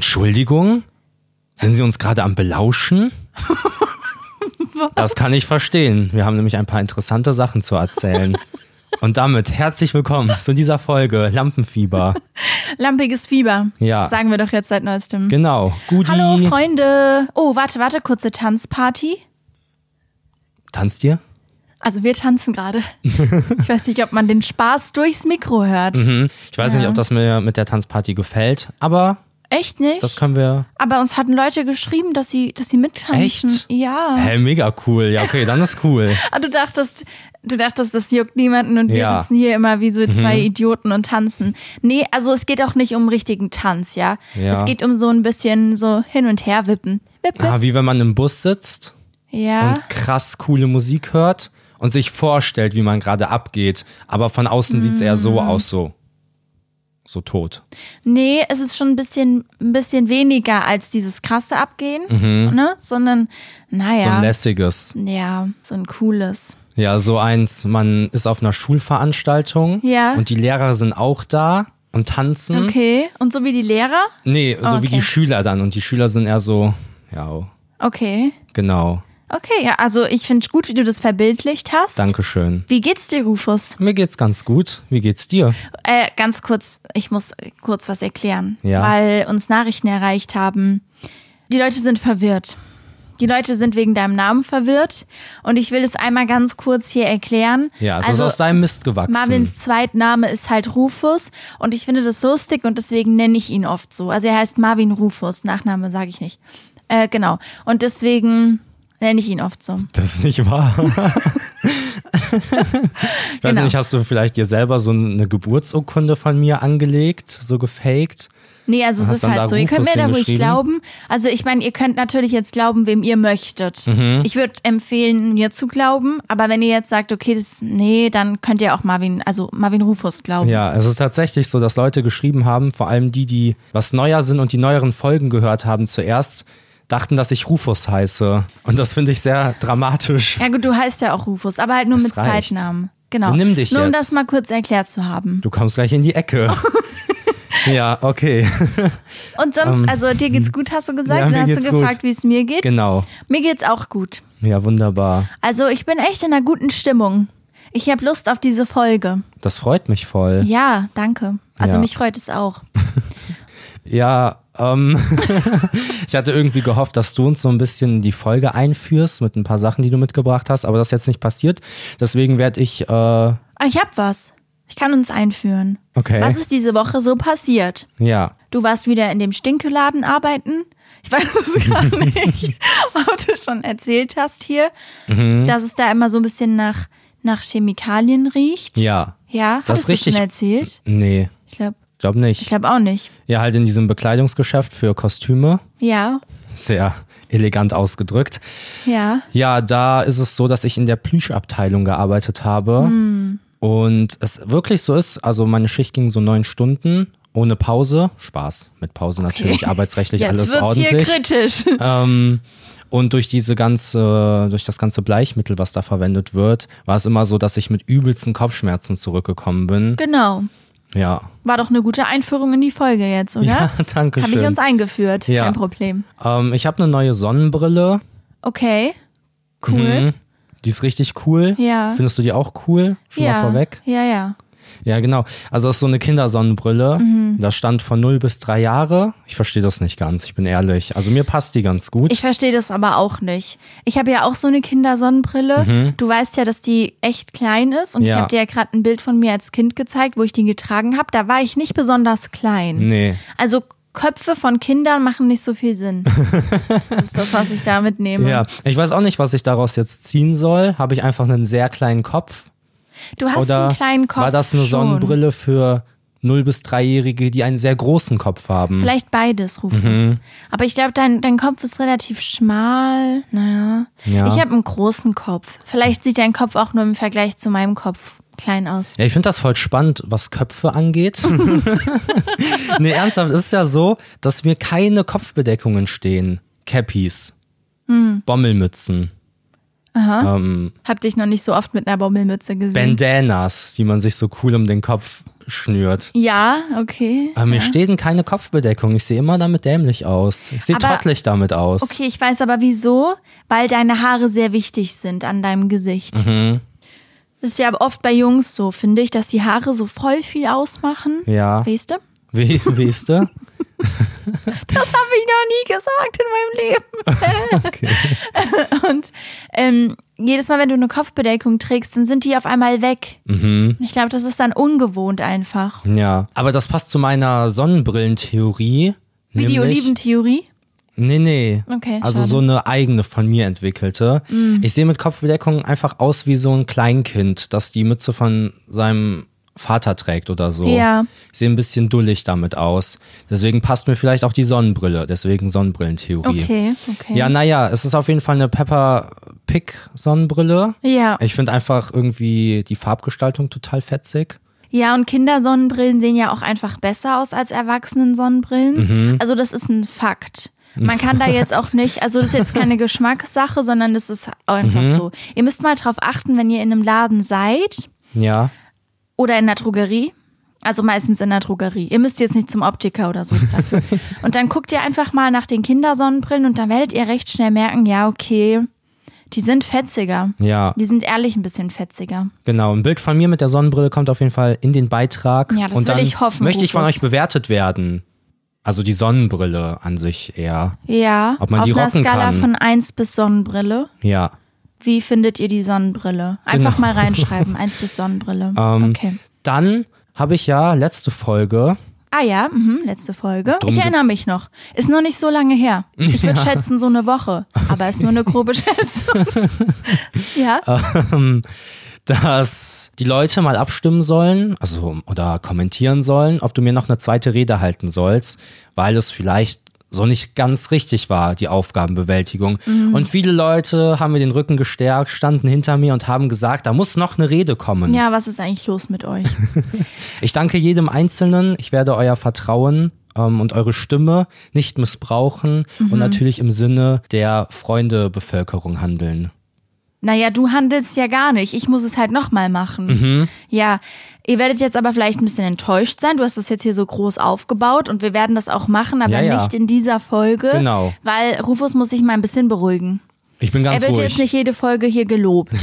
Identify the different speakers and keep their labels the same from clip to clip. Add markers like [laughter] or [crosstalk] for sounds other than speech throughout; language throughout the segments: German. Speaker 1: Entschuldigung? Sind Sie uns gerade am Belauschen? das kann ich verstehen. Wir haben nämlich ein paar interessante Sachen zu erzählen. Und damit herzlich willkommen zu dieser Folge Lampenfieber.
Speaker 2: Lampiges Fieber.
Speaker 1: Ja.
Speaker 2: Sagen wir doch jetzt seit neuestem.
Speaker 1: Genau. Gudi.
Speaker 2: Hallo Freunde. Oh, warte, warte, kurze Tanzparty.
Speaker 1: Tanzt ihr?
Speaker 2: Also wir
Speaker 1: [laughs]
Speaker 2: tanzen gerade. ich weiß nicht, ob man den Spaß durchs Mikro hört.
Speaker 1: Hm. Ich weiß nicht, ob das mir mit der Tanzparty gefällt, aber
Speaker 2: Echt nicht?
Speaker 1: das können wir.
Speaker 2: Aber uns hatten Leute geschrieben, dass sie, dass sie mittanzen.
Speaker 1: Echt?
Speaker 2: Ja.
Speaker 1: Hä, mega cool. Ja, okay, dann ist cool.
Speaker 2: Ah, du dachtest, du dachtest, das juckt niemanden und wir
Speaker 1: Ja. Mhm.
Speaker 2: sitzen hier immer wie so zwei Idioten und tanzen. Nee, also es geht auch nicht um richtigen Tanz, ja.
Speaker 1: Ja.
Speaker 2: Es geht um so ein bisschen so hin und her wippen. Wipp, wipp.
Speaker 1: Ah, wie wenn man im Bus sitzt
Speaker 2: Ja.
Speaker 1: und krass coole Musik hört und sich vorstellt, wie man gerade abgeht. Aber von außen sieht's eher so
Speaker 2: Mhm.
Speaker 1: aus, so. So tot.
Speaker 2: Nee, es ist schon ein bisschen, ein bisschen weniger als dieses krasse Abgehen, ne? Sondern,
Speaker 1: Mhm. So ein
Speaker 2: naja.
Speaker 1: lästiges.
Speaker 2: ja, so ein cooles.
Speaker 1: Ja, so eins, man ist auf einer Schulveranstaltung
Speaker 2: Ja.
Speaker 1: und die Lehrer sind auch da und tanzen.
Speaker 2: Okay. Und so wie die Lehrer?
Speaker 1: Nee, so wie
Speaker 2: Okay.
Speaker 1: die Schüler dann. Und die Schüler sind eher so, ja,
Speaker 2: Okay.
Speaker 1: genau.
Speaker 2: Okay, ja, also ich finde es gut, wie du das verbildlicht hast.
Speaker 1: Dankeschön.
Speaker 2: Wie geht's dir, Rufus?
Speaker 1: Mir geht's ganz gut. Wie geht's dir?
Speaker 2: Äh, ganz kurz, ich muss kurz was erklären,
Speaker 1: Ja.
Speaker 2: weil uns Nachrichten erreicht haben. Die Leute sind verwirrt. Die Leute sind wegen deinem Namen verwirrt und ich will es einmal ganz kurz hier erklären. Also,
Speaker 1: Ja, also es ist aus deinem Mist gewachsen.
Speaker 2: Marvins Zweitname ist halt Rufus und ich finde das lustig und deswegen nenne ich ihn oft so. Also er heißt Marvin Rufus, Nachname sage ich nicht. Äh, genau. Und deswegen nenne ich ihn oft so.
Speaker 1: Das ist nicht wahr. ich weiß
Speaker 2: Genau.
Speaker 1: nicht, hast du vielleicht dir selber so eine Geburtsurkunde von mir angelegt, so gefaked?
Speaker 2: Nee, also
Speaker 1: Hast
Speaker 2: es ist
Speaker 1: dann
Speaker 2: halt
Speaker 1: da
Speaker 2: so. Ihr könnt
Speaker 1: Rufus
Speaker 2: mir da ruhig
Speaker 1: hingeschrieben?
Speaker 2: glauben. Also ich meine, ihr könnt natürlich jetzt glauben, wem ihr möchtet.
Speaker 1: Mhm.
Speaker 2: Ich würde empfehlen, mir zu glauben. Aber wenn ihr jetzt sagt, okay, das, nee, dann könnt ihr auch Marvin, also Marvin Rufus glauben.
Speaker 1: Ja, es ist tatsächlich so, dass Leute geschrieben haben, vor allem die, die was neuer sind und die neueren Folgen gehört haben zuerst, dachten, dass ich Rufus heiße. Und das finde ich sehr dramatisch.
Speaker 2: Ja gut, du heißt ja auch Rufus, aber halt nur
Speaker 1: Es
Speaker 2: mit
Speaker 1: reicht.
Speaker 2: Zweitnamen. Genau.
Speaker 1: Benimm dich
Speaker 2: Nur um
Speaker 1: jetzt.
Speaker 2: das mal kurz erklärt zu haben.
Speaker 1: Du kommst gleich in die Ecke. ja, okay.
Speaker 2: Und sonst, also dir geht's gut, hast du gesagt.
Speaker 1: Ähm, ja,
Speaker 2: Dann
Speaker 1: mir
Speaker 2: hast du
Speaker 1: geht's gut.
Speaker 2: gefragt, wie es mir geht.
Speaker 1: Genau.
Speaker 2: Mir geht's auch gut.
Speaker 1: Ja, wunderbar.
Speaker 2: Also ich bin echt in einer guten Stimmung. Ich habe Lust auf diese Folge.
Speaker 1: Das freut mich voll.
Speaker 2: Ja, danke. Also
Speaker 1: Ja.
Speaker 2: mich freut es auch.
Speaker 1: Ja, ähm, [laughs] ich hatte irgendwie gehofft, dass du uns so ein bisschen in die Folge einführst mit ein paar Sachen, die du mitgebracht hast, aber das ist jetzt nicht passiert. Deswegen werde ich, äh,
Speaker 2: Ah, Ich hab was. Ich kann uns einführen.
Speaker 1: Okay.
Speaker 2: Was ist diese Woche so passiert?
Speaker 1: ja,
Speaker 2: Du warst wieder in dem Stinkeladen arbeiten. Ich weiß
Speaker 1: [laughs]
Speaker 2: es gar nicht, ob du schon erzählt hast hier,
Speaker 1: Mhm.
Speaker 2: dass es da immer so ein bisschen nach, nach Chemikalien riecht.
Speaker 1: ja.
Speaker 2: Ja,
Speaker 1: Das
Speaker 2: hast du
Speaker 1: richtig-
Speaker 2: schon erzählt?
Speaker 1: Nee,
Speaker 2: Ich glaube
Speaker 1: glaub
Speaker 2: ich
Speaker 1: nicht.
Speaker 2: glaub auch nicht.
Speaker 1: Ja, halt in diesem Bekleidungsgeschäft für Kostüme.
Speaker 2: Ja,
Speaker 1: Sehr elegant ausgedrückt.
Speaker 2: ja.
Speaker 1: Ja, da ist es so, dass ich in der Plüschabteilung gearbeitet habe.
Speaker 2: Hm.
Speaker 1: Und es wirklich so ist, also meine Schicht ging so neun Stunden ohne Pause. Spaß, mit Pause natürlich, arbeitsrechtlich
Speaker 2: Jetzt
Speaker 1: alles
Speaker 2: wird's hier
Speaker 1: ordentlich.
Speaker 2: kritisch.
Speaker 1: [laughs] Ähm, und durch diese ganze, durch das ganze Bleichmittel, was da verwendet wird, war es immer so, dass ich mit übelsten Kopfschmerzen zurückgekommen bin.
Speaker 2: Genau.
Speaker 1: Ja.
Speaker 2: War doch eine gute Einführung in die Folge jetzt, oder?
Speaker 1: Ja, [laughs] danke
Speaker 2: Habe ich
Speaker 1: schön.
Speaker 2: uns eingeführt.
Speaker 1: Ja.
Speaker 2: Kein Problem.
Speaker 1: Ähm, ich habe eine neue Sonnenbrille.
Speaker 2: Okay. Cool.
Speaker 1: Mhm. Die ist richtig cool.
Speaker 2: Ja.
Speaker 1: Findest du die auch cool? Schon
Speaker 2: ja.
Speaker 1: mal vorweg.
Speaker 2: Ja, ja.
Speaker 1: Ja, genau. Also das ist so eine Kindersonnenbrille.
Speaker 2: Mhm.
Speaker 1: Da stand von 0 bis 3 Jahre. Ich verstehe das nicht ganz, ich bin ehrlich. Also mir passt die ganz gut.
Speaker 2: Ich verstehe das aber auch nicht. Ich habe ja auch so eine Kindersonnenbrille. Du weißt ja, dass die echt klein ist. Und ich
Speaker 1: Mhm. Ja.
Speaker 2: habe dir ja gerade ein Bild von mir als Kind gezeigt, wo ich die getragen habe. Da war ich nicht besonders klein.
Speaker 1: nee.
Speaker 2: Also Köpfe von Kindern machen nicht so
Speaker 1: [laughs]
Speaker 2: viel Sinn. das ist das, was ich da mitnehme.
Speaker 1: Ja, ich weiß auch nicht, was ich daraus jetzt ziehen soll. Habe ich einfach einen sehr kleinen Kopf?
Speaker 2: Du hast
Speaker 1: Oder
Speaker 2: einen kleinen Kopf.
Speaker 1: war das eine
Speaker 2: schon.
Speaker 1: Sonnenbrille für 0- bis 3-Jährige, die einen sehr großen Kopf haben?
Speaker 2: Vielleicht beides, Rufus.
Speaker 1: Mhm.
Speaker 2: Aber ich glaube, dein, dein Kopf ist relativ schmal. Naja.
Speaker 1: Ja.
Speaker 2: Ich habe einen großen Kopf. Vielleicht sieht dein Kopf auch nur im Vergleich zu meinem Kopf klein aus.
Speaker 1: Ja, ich finde das voll spannend, was Köpfe angeht.
Speaker 2: [laughs]
Speaker 1: nee, ernsthaft, es ist ja so, dass mir
Speaker 2: Hm.
Speaker 1: keine Kopfbedeckungen stehen. Cappies, Bommelmützen, Ähm,
Speaker 2: Hab dich noch nicht so oft mit einer Bommelmütze gesehen.
Speaker 1: Bandanas, die man sich so cool um den Kopf schnürt.
Speaker 2: ja, okay.
Speaker 1: Aber mir stehen keine Kopfbedeckung. Ich sehe immer damit dämlich aus. Ich sehe
Speaker 2: Aber-
Speaker 1: trottelig damit aus.
Speaker 2: Okay, ich weiß aber wieso, weil deine Haare sehr wichtig sind an deinem Gesicht.
Speaker 1: Mhm.
Speaker 2: Das ist ja oft bei Jungs so, finde ich, dass die Haare so voll viel ausmachen.
Speaker 1: Ja.
Speaker 2: Weißt du?
Speaker 1: Wie, wie ist der?
Speaker 2: Das habe ich noch nie gesagt in meinem Leben.
Speaker 1: [laughs]
Speaker 2: [laughs] Und ähm, jedes Mal, wenn du eine Kopfbedeckung trägst, dann sind die auf einmal weg.
Speaker 1: Mhm.
Speaker 2: Und Ich glaube, das ist dann ungewohnt einfach.
Speaker 1: Ja. Aber das passt zu meiner Sonnenbrillentheorie.
Speaker 2: Wie die
Speaker 1: nämlich-
Speaker 2: Oliventheorie.
Speaker 1: Nee, nee.
Speaker 2: Okay,
Speaker 1: also
Speaker 2: schade. Mm.
Speaker 1: so eine eigene von mir entwickelte. Ich sehe mit Kopfbedeckung einfach aus wie so ein Kleinkind, das die Mütze von seinem Vater trägt oder so.
Speaker 2: Ja.
Speaker 1: Ich sehe ein bisschen dullig damit aus. Deswegen passt mir vielleicht auch die Sonnenbrille. Deswegen Sonnenbrillentheorie.
Speaker 2: Okay, okay.
Speaker 1: Ja, naja, es ist auf jeden Fall eine Pepper Pick Sonnenbrille.
Speaker 2: Ja.
Speaker 1: Ich finde einfach irgendwie die Farbgestaltung total fetzig.
Speaker 2: Ja, und Kindersonnenbrillen sehen ja auch einfach besser aus als Erwachsenensonnenbrillen.
Speaker 1: Mhm.
Speaker 2: Also das ist ein Fakt. Man kann da jetzt auch nicht, also das ist
Speaker 1: [laughs]
Speaker 2: jetzt keine Geschmackssache, sondern das ist einfach
Speaker 1: Mhm.
Speaker 2: so. Ihr müsst mal drauf achten, wenn ihr in einem Laden seid
Speaker 1: Ja.
Speaker 2: oder in einer Drogerie. Also meistens in der Drogerie. Ihr müsst jetzt nicht zum Optiker oder so
Speaker 1: [laughs]
Speaker 2: dafür. und dann guckt ihr einfach mal nach den Kindersonnenbrillen und dann werdet ihr recht schnell merken, ja, okay, die sind fetziger.
Speaker 1: Ja,
Speaker 2: Die sind ehrlich ein bisschen fetziger.
Speaker 1: genau. Ein Bild von mir mit der Sonnenbrille kommt auf jeden Fall in den Beitrag.
Speaker 2: Ja, das
Speaker 1: Und
Speaker 2: will
Speaker 1: dann
Speaker 2: ich hoffen,
Speaker 1: möchte ich von
Speaker 2: Rufus.
Speaker 1: euch bewertet werden. Also die Sonnenbrille an sich eher.
Speaker 2: Ja,
Speaker 1: Ob man
Speaker 2: auf
Speaker 1: die
Speaker 2: einer
Speaker 1: rocken
Speaker 2: Skala
Speaker 1: kann.
Speaker 2: von 1 bis Sonnenbrille.
Speaker 1: Ja.
Speaker 2: Wie findet ihr die Sonnenbrille? Einfach
Speaker 1: [laughs] Genau. Ähm,
Speaker 2: mal reinschreiben, 1 bis Sonnenbrille. okay.
Speaker 1: Dann habe ich ja letzte Folge. [laughs]
Speaker 2: Ah ja, mhm, letzte Folge.
Speaker 1: Drum
Speaker 2: ich
Speaker 1: ge-
Speaker 2: erinnere mich noch. Ist noch nicht so lange her.
Speaker 1: [laughs]
Speaker 2: Ich würde schätzen, so eine Woche. Aber ist nur eine grobe Schätzung.
Speaker 1: [laughs]
Speaker 2: ja,
Speaker 1: dass die Leute mal abstimmen sollen, also oder kommentieren sollen, ob du mir noch eine zweite Rede halten sollst, weil es vielleicht so nicht ganz richtig war, die Aufgabenbewältigung.
Speaker 2: Mhm.
Speaker 1: Und viele Leute haben mir den Rücken gestärkt, standen hinter mir und haben gesagt, da muss noch eine Rede kommen.
Speaker 2: ja, was ist eigentlich los
Speaker 1: [laughs]
Speaker 2: mit euch?
Speaker 1: Ich danke jedem Einzelnen. Ich werde euer Vertrauen ähm, und eure Stimme nicht missbrauchen
Speaker 2: Mhm.
Speaker 1: und natürlich im Sinne der Freundebevölkerung handeln.
Speaker 2: Naja, du handelst ja gar nicht. Ich muss es halt nochmal machen.
Speaker 1: Mhm.
Speaker 2: Ja, ihr werdet jetzt aber vielleicht ein bisschen enttäuscht sein. Du hast das jetzt hier so groß aufgebaut und wir werden das auch machen, aber
Speaker 1: Ja, ja.
Speaker 2: nicht in dieser Folge.
Speaker 1: Genau.
Speaker 2: Weil Rufus muss sich mal ein bisschen beruhigen.
Speaker 1: Ich bin ganz
Speaker 2: er wird
Speaker 1: ruhig.
Speaker 2: jetzt nicht jede Folge hier gelobt,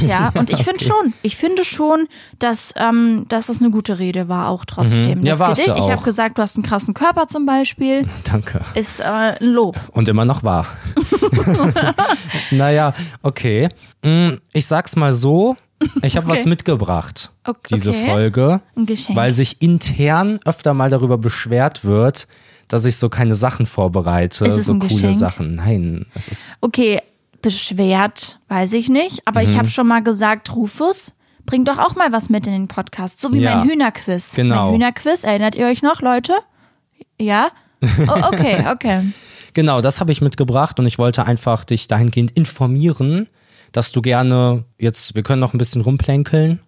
Speaker 1: [laughs]
Speaker 2: ja. Und ich finde schon, ich finde schon, dass, ähm, dass das eine gute Rede war, auch trotzdem.
Speaker 1: Mhm. Ja,
Speaker 2: das
Speaker 1: warst du
Speaker 2: Gedicht, ich habe
Speaker 1: auch.
Speaker 2: gesagt, du hast einen krassen Körper zum Beispiel,
Speaker 1: Danke.
Speaker 2: ist äh, ein Lob.
Speaker 1: Und immer noch
Speaker 2: [laughs]
Speaker 1: wahr. naja, okay. Mm, Ich sag's mal so, ich habe
Speaker 2: Okay.
Speaker 1: was mitgebracht,
Speaker 2: Ok-
Speaker 1: diese
Speaker 2: okay.
Speaker 1: Folge,
Speaker 2: Ein Geschenk.
Speaker 1: weil sich intern öfter mal darüber beschwert wird, dass ich so keine Sachen vorbereite,
Speaker 2: Ist es
Speaker 1: so
Speaker 2: ein
Speaker 1: coole
Speaker 2: Geschenk?
Speaker 1: Sachen. Nein, das ist
Speaker 2: Okay, beschwert, weiß ich nicht, aber
Speaker 1: Mhm.
Speaker 2: ich habe schon mal gesagt, Rufus, bring doch auch mal was mit in den Podcast, so wie
Speaker 1: Ja.
Speaker 2: mein Hühnerquiz.
Speaker 1: Genau.
Speaker 2: Mein Hühnerquiz, erinnert ihr euch noch, Leute?
Speaker 1: [laughs]
Speaker 2: Ja? Oh, okay, okay.
Speaker 1: Genau, das habe ich mitgebracht und ich wollte einfach dich dahingehend informieren, dass du gerne jetzt wir können noch ein bisschen rumplänkeln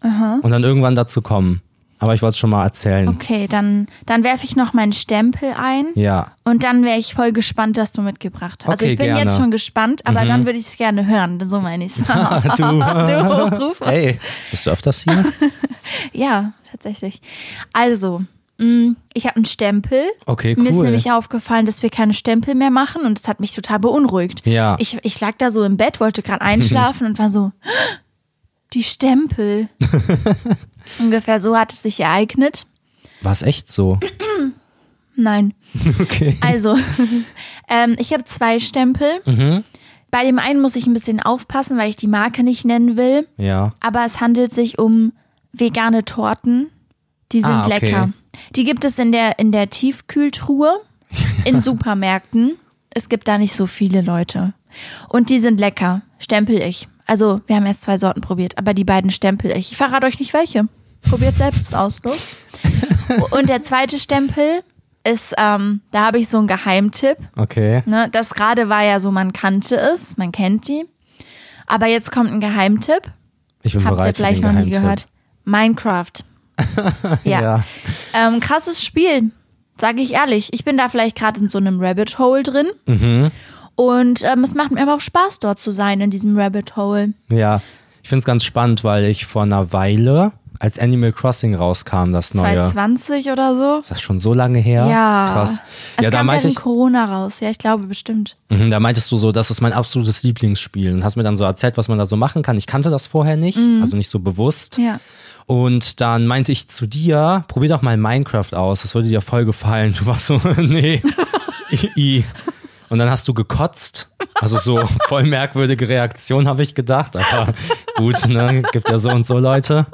Speaker 1: und dann irgendwann dazu kommen. Aber ich wollte es schon mal erzählen.
Speaker 2: Okay, dann, dann werfe ich noch meinen Stempel ein.
Speaker 1: Ja.
Speaker 2: Und dann wäre ich voll gespannt, was du mitgebracht hast. Also
Speaker 1: Okay,
Speaker 2: ich bin
Speaker 1: gerne. Mhm.
Speaker 2: jetzt schon gespannt, aber dann würde ich es gerne hören. So
Speaker 1: [laughs]
Speaker 2: meine [laughs] ich
Speaker 1: Ah, Du,
Speaker 2: du Rufus.
Speaker 1: hey, bist du öfters hier?
Speaker 2: [laughs] Ja, tatsächlich. Also, mh, ich habe einen Stempel.
Speaker 1: Okay,
Speaker 2: Mir ist
Speaker 1: cool.
Speaker 2: nämlich aufgefallen, dass wir keine Stempel mehr machen und das hat mich total beunruhigt.
Speaker 1: Ja.
Speaker 2: Ich, ich lag da so im Bett, wollte gerade einschlafen und war so, [gasps]
Speaker 1: [laughs]
Speaker 2: die Stempel. Ungefähr so hat es sich ereignet.
Speaker 1: War es echt
Speaker 2: [laughs]
Speaker 1: so?
Speaker 2: Nein.
Speaker 1: Okay.
Speaker 2: Also, [laughs] ähm, ich habe zwei Stempel.
Speaker 1: Mhm.
Speaker 2: Bei dem einen muss ich ein bisschen aufpassen, weil ich die Marke nicht nennen will.
Speaker 1: Ja.
Speaker 2: Aber es handelt sich um vegane Torten. Die sind
Speaker 1: Ah, okay.
Speaker 2: lecker. Die gibt es in der, in der Tiefkühltruhe
Speaker 1: [laughs]
Speaker 2: in Supermärkten. Es gibt da nicht so viele Leute. Und die sind lecker. Stempel ich. Also, wir haben erst zwei Sorten probiert, aber die beiden stempel ich. Ich verrate euch nicht welche. Probiert selbst
Speaker 1: [laughs]
Speaker 2: aus, los. Und der zweite Stempel ist, ähm, da habe ich so einen Geheimtipp.
Speaker 1: Okay.
Speaker 2: Ne, das gerade war ja so, man kannte es, man kennt die. Aber jetzt kommt ein Geheimtipp.
Speaker 1: Ich bin
Speaker 2: Habt ihr
Speaker 1: bereit
Speaker 2: vielleicht
Speaker 1: für
Speaker 2: noch
Speaker 1: den
Speaker 2: nie
Speaker 1: Geheimtipp.
Speaker 2: gehört. Minecraft.
Speaker 1: [laughs]
Speaker 2: ja.
Speaker 1: Ja.
Speaker 2: Ähm,
Speaker 1: Mhm.
Speaker 2: krasses Spiel, sage ich ehrlich. Ich bin da vielleicht gerade in so einem Rabbit Hole drin. Und ähm, es macht mir aber auch Spaß, dort zu sein, in diesem Rabbit Hole.
Speaker 1: Ja, ich finde es ganz spannend, weil ich vor einer Weile, als Animal Crossing rauskam, das neue.
Speaker 2: 220 oder so.
Speaker 1: Ist das schon so lange her?
Speaker 2: Ja.
Speaker 1: Krass.
Speaker 2: Es
Speaker 1: ja, da
Speaker 2: kam halt
Speaker 1: meinte
Speaker 2: während
Speaker 1: ich,
Speaker 2: Corona raus. Ja, ich glaube bestimmt.
Speaker 1: mhm, da meintest du so, das ist mein absolutes Lieblingsspiel und hast mir dann so erzählt, was man da so machen kann. Ich kannte das vorher nicht, also nicht so bewusst.
Speaker 2: Ja.
Speaker 1: Und dann meinte ich zu dir, probier doch mal Minecraft aus, das würde dir voll gefallen. Du warst so, [laughs] nee, i, i. Und dann hast du gekotzt. Also so voll merkwürdige Reaktion, habe ich gedacht. Aber gut, ne, gibt ja so und so Leute.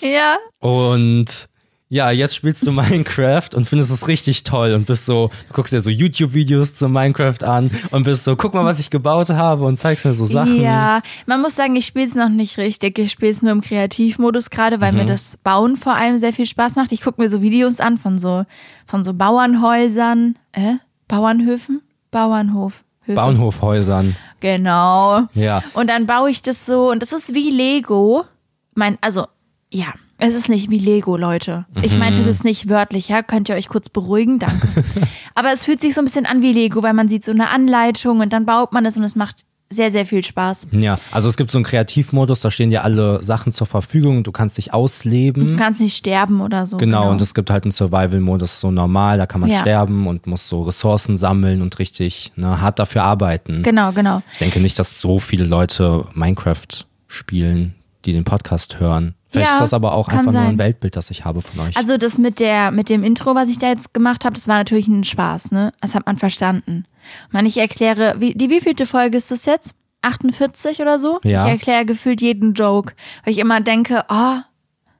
Speaker 2: Ja.
Speaker 1: Und ja, jetzt spielst du [laughs] Minecraft und findest es richtig toll und bist so, du guckst dir so YouTube-Videos zu Minecraft an und bist so, guck mal, was ich gebaut habe und zeigst mir so Sachen.
Speaker 2: Ja, man muss sagen, ich spiele es noch nicht richtig. Ich spiele es nur im Kreativmodus gerade, weil
Speaker 1: Mhm.
Speaker 2: mir das Bauen vor allem sehr viel Spaß macht. Ich gucke mir so Videos an von so, von so Bauernhäusern, äh? Bauernhöfen? Bauernhof. Höfe.
Speaker 1: Bauernhofhäusern.
Speaker 2: Genau.
Speaker 1: Ja.
Speaker 2: Und dann baue ich das so und das ist wie Lego. Mein, also, ja, es ist nicht wie Lego, Leute.
Speaker 1: Mhm.
Speaker 2: Ich meinte das nicht wörtlich, ja. Könnt ihr euch kurz
Speaker 1: [laughs]
Speaker 2: beruhigen? Danke. Aber es fühlt sich so ein bisschen an wie Lego, weil man sieht so eine Anleitung und dann baut man es und es macht sehr, sehr viel Spaß.
Speaker 1: Ja, also es gibt so einen Kreativmodus, da stehen dir alle Sachen zur Verfügung und du kannst dich ausleben.
Speaker 2: Du kannst nicht sterben oder so.
Speaker 1: Hm? Genau, und es gibt halt einen Survival-Modus, so normal, da kann man
Speaker 2: Ja.
Speaker 1: sterben und muss so Ressourcen sammeln und richtig ne, hart dafür arbeiten.
Speaker 2: Genau, genau.
Speaker 1: Ich denke nicht, dass so viele Leute Minecraft spielen, die den Podcast hören. Vielleicht
Speaker 2: Ja,
Speaker 1: ist das aber auch
Speaker 2: kann
Speaker 1: einfach nur
Speaker 2: sein.
Speaker 1: ein Weltbild, das ich habe von euch.
Speaker 2: Also das mit der mit dem Intro, was ich da jetzt gemacht habe, das war natürlich ein Spaß, ne? Das hat man verstanden. Man, ich erkläre, wie, die wievielte Folge ist das jetzt? 48 oder so?
Speaker 1: Ja.
Speaker 2: Ich erkläre gefühlt jeden Joke, weil ich immer denke, oh,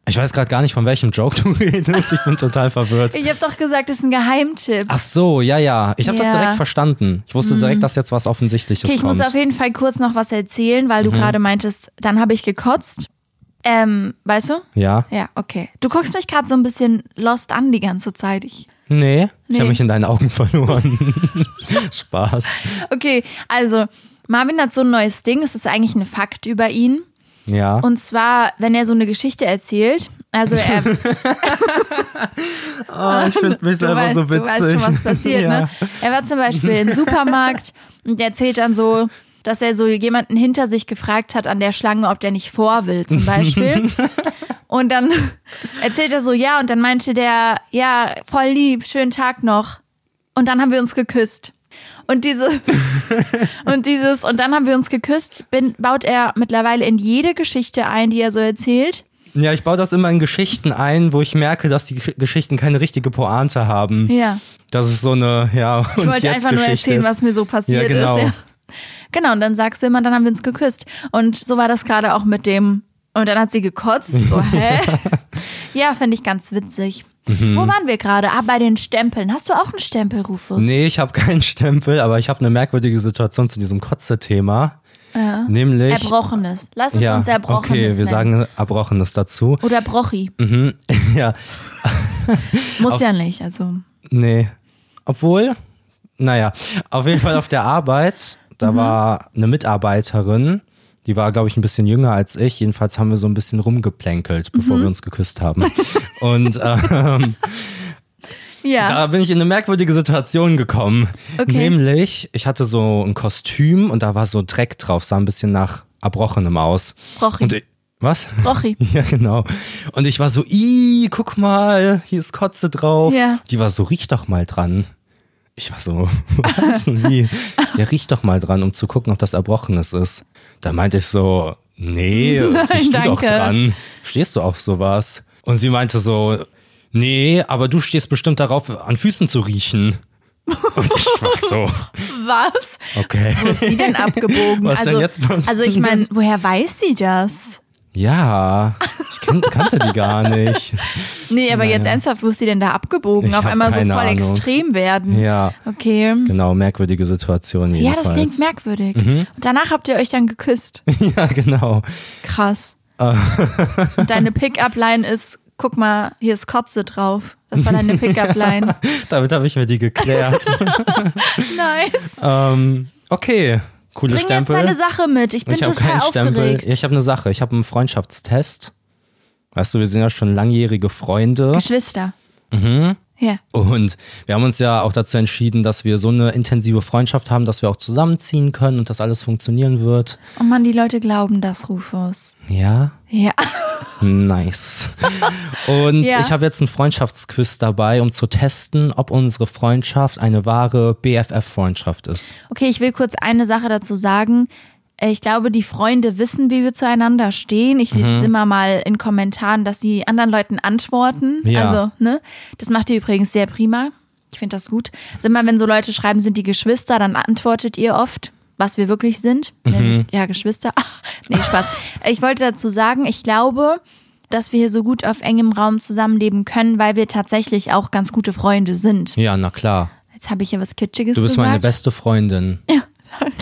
Speaker 1: ich weiß gerade gar nicht, von welchem Joke du [laughs] redest. Ich bin total verwirrt.
Speaker 2: ich habe doch gesagt, das ist ein Geheimtipp.
Speaker 1: Ach so, ja, ja. Ich habe das
Speaker 2: Ja. Mhm.
Speaker 1: direkt verstanden. Ich wusste direkt, dass jetzt was Offensichtliches
Speaker 2: Okay, ich
Speaker 1: kommt. Mhm.
Speaker 2: muss auf jeden Fall kurz noch was erzählen, weil du gerade meintest, dann habe ich gekotzt. Ähm, weißt du?
Speaker 1: ja?
Speaker 2: Ja, okay. Du guckst mich gerade so ein bisschen lost an die ganze Zeit. Ich
Speaker 1: Nee, ich
Speaker 2: Nee.
Speaker 1: habe mich in deinen Augen [laughs] verloren. Spaß.
Speaker 2: Okay, also Marvin hat so ein neues Ding. Es ist eigentlich ein Fakt über ihn.
Speaker 1: Ja.
Speaker 2: Und zwar, wenn er so eine Geschichte erzählt. Also er, du
Speaker 1: Ah, ich finde mich
Speaker 2: weißt, ähm, du weißt schon, was
Speaker 1: [laughs]
Speaker 2: passiert. Ne? Er war zum Beispiel im Supermarkt und erzählt dann so, dass er so jemanden hinter sich gefragt hat an der Schlange, ob der nicht vor will, zum Beispiel. Und dann erzählt er so, ja, und dann meinte der, ja, voll lieb, schönen Tag noch. Und dann haben wir uns geküsst. Und diese und dieses und dann haben wir uns geküsst, bin, baut er mittlerweile in jede Geschichte ein, die er so erzählt.
Speaker 1: Ja, ich baue das immer in Geschichten ein, wo ich merke, dass die G- Geschichten keine richtige Pointe haben.
Speaker 2: Ja.
Speaker 1: Das ist so eine, ja, [laughs] und
Speaker 2: Ich wollte
Speaker 1: jetzt
Speaker 2: einfach nur
Speaker 1: Geschichte
Speaker 2: erzählen,
Speaker 1: ist.
Speaker 2: was mir so passiert
Speaker 1: Ja, genau.
Speaker 2: ist. Ja. Genau, und dann sagst du immer, dann haben wir uns geküsst. Und so war das gerade auch mit dem. Und dann hat sie gekotzt.
Speaker 1: [laughs]
Speaker 2: So, hä? ja, finde ich ganz witzig.
Speaker 1: Mhm.
Speaker 2: Wo waren wir gerade? Ah, bei den Stempeln. Hast du auch einen Stempel, Rufus?
Speaker 1: Nee, ich habe keinen Stempel, aber ich habe eine merkwürdige Situation zu diesem Kotze-Thema. Ja. Nämlich.
Speaker 2: Erbrochenes. Lass es
Speaker 1: ja,
Speaker 2: uns Erbrochenes
Speaker 1: okay, wir
Speaker 2: nennen.
Speaker 1: sagen Mhm. Erbrochenes dazu. [laughs]
Speaker 2: Oder Brochi.
Speaker 1: ja,
Speaker 2: Muss ja nicht, also.
Speaker 1: Nee. Obwohl, naja, auf jeden Fall auf der Arbeit, da
Speaker 2: Mhm.
Speaker 1: war eine Mitarbeiterin, die war, glaube ich, ein bisschen jünger als ich. Jedenfalls haben wir so ein bisschen rumgeplänkelt,
Speaker 2: Mhm.
Speaker 1: bevor wir uns geküsst haben. Und äh,
Speaker 2: Ja.
Speaker 1: da bin ich in eine merkwürdige Situation gekommen.
Speaker 2: Okay.
Speaker 1: Nämlich, ich hatte so ein Kostüm und da war so Dreck drauf, sah ein bisschen nach Erbrochenem aus.
Speaker 2: Brochi.
Speaker 1: Und ich, was?
Speaker 2: Brochi.
Speaker 1: [laughs] Ja, genau. Und ich war so, i, guck mal, hier ist Kotze drauf.
Speaker 2: Ja.
Speaker 1: Die war so, riech doch mal dran. Ich war so, [laughs] was? Wie? Ja, riech doch mal dran, um zu gucken, ob das Erbrochenes ist. Da meinte ich so,
Speaker 2: [laughs]
Speaker 1: nee, riech du doch
Speaker 2: danke.
Speaker 1: dran. Stehst du auf sowas? Und sie meinte so, nee, aber du stehst bestimmt darauf, an Füßen zu
Speaker 2: [laughs]
Speaker 1: riechen. Und ich war so,
Speaker 2: Was?
Speaker 1: okay.
Speaker 2: Wo ist die denn abgebogen?
Speaker 1: Was
Speaker 2: also,
Speaker 1: denn jetzt passiert?
Speaker 2: also ich meine, woher weiß sie das?
Speaker 1: Ja, ich kan kannte die gar nicht.
Speaker 2: Nee, aber jetzt ernsthaft, wo ist die denn da abgebogen?
Speaker 1: Ich
Speaker 2: Auf
Speaker 1: hab
Speaker 2: einmal so voll
Speaker 1: keine Ahnung.
Speaker 2: extrem werden.
Speaker 1: Ja.
Speaker 2: Okay.
Speaker 1: Genau, merkwürdige Situation
Speaker 2: Ja,
Speaker 1: jedenfalls. Mhm.
Speaker 2: das klingt merkwürdig. Und danach habt ihr euch dann geküsst.
Speaker 1: [laughs] Ja, genau.
Speaker 2: Krass.
Speaker 1: Ah.
Speaker 2: Und deine Pickup-Line ist, guck mal, hier ist Kotze drauf. Das war
Speaker 1: [laughs]
Speaker 2: deine Pickup-Line.
Speaker 1: Damit habe ich mir die
Speaker 2: [laughs]
Speaker 1: geklärt.
Speaker 2: nice.
Speaker 1: ähm, okay, coole
Speaker 2: Bring jetzt
Speaker 1: Stempel.
Speaker 2: deine Sache mit. Ich bin
Speaker 1: ich habe
Speaker 2: total
Speaker 1: keinen Stempel.
Speaker 2: aufgeregt.
Speaker 1: Ich habe eine Sache. Ich habe einen Freundschaftstest. Weißt du, wir sind ja schon langjährige Freunde.
Speaker 2: Geschwister. Mhm. Ja.
Speaker 1: Und wir haben uns ja auch dazu entschieden, dass wir so eine intensive Freundschaft haben, dass wir auch zusammenziehen können und dass alles funktionieren wird.
Speaker 2: Oh Mann, die Leute glauben das, Rufus.
Speaker 1: Ja,
Speaker 2: Ja. [laughs]
Speaker 1: nice. Und
Speaker 2: Ja.
Speaker 1: ich habe jetzt einen Freundschaftsquiz dabei, um zu testen, ob unsere Freundschaft eine wahre BFF-Freundschaft ist.
Speaker 2: Okay, ich will kurz eine Sache dazu sagen. Äh, Ich glaube, die Freunde wissen, wie wir zueinander stehen. Ich
Speaker 1: Mhm.
Speaker 2: lese es immer mal in Kommentaren, dass die anderen Leuten antworten.
Speaker 1: Ja.
Speaker 2: Also, ne? Das macht ihr übrigens sehr prima. Ich finde das gut. Also immer, wenn so Leute schreiben, sind die Geschwister, dann antwortet ihr oft, was wir wirklich sind.
Speaker 1: Mhm.
Speaker 2: Nämlich, ja, Geschwister. [laughs] Ach, nee, Spaß. Ich wollte dazu sagen, ich glaube, dass wir hier so gut auf engem Raum zusammenleben können, weil wir tatsächlich auch ganz gute Freunde sind.
Speaker 1: Ja, na klar.
Speaker 2: Jetzt habe ich ja was Kitschiges
Speaker 1: Du bist
Speaker 2: gesagt.
Speaker 1: meine beste Freundin.
Speaker 2: Ja, danke.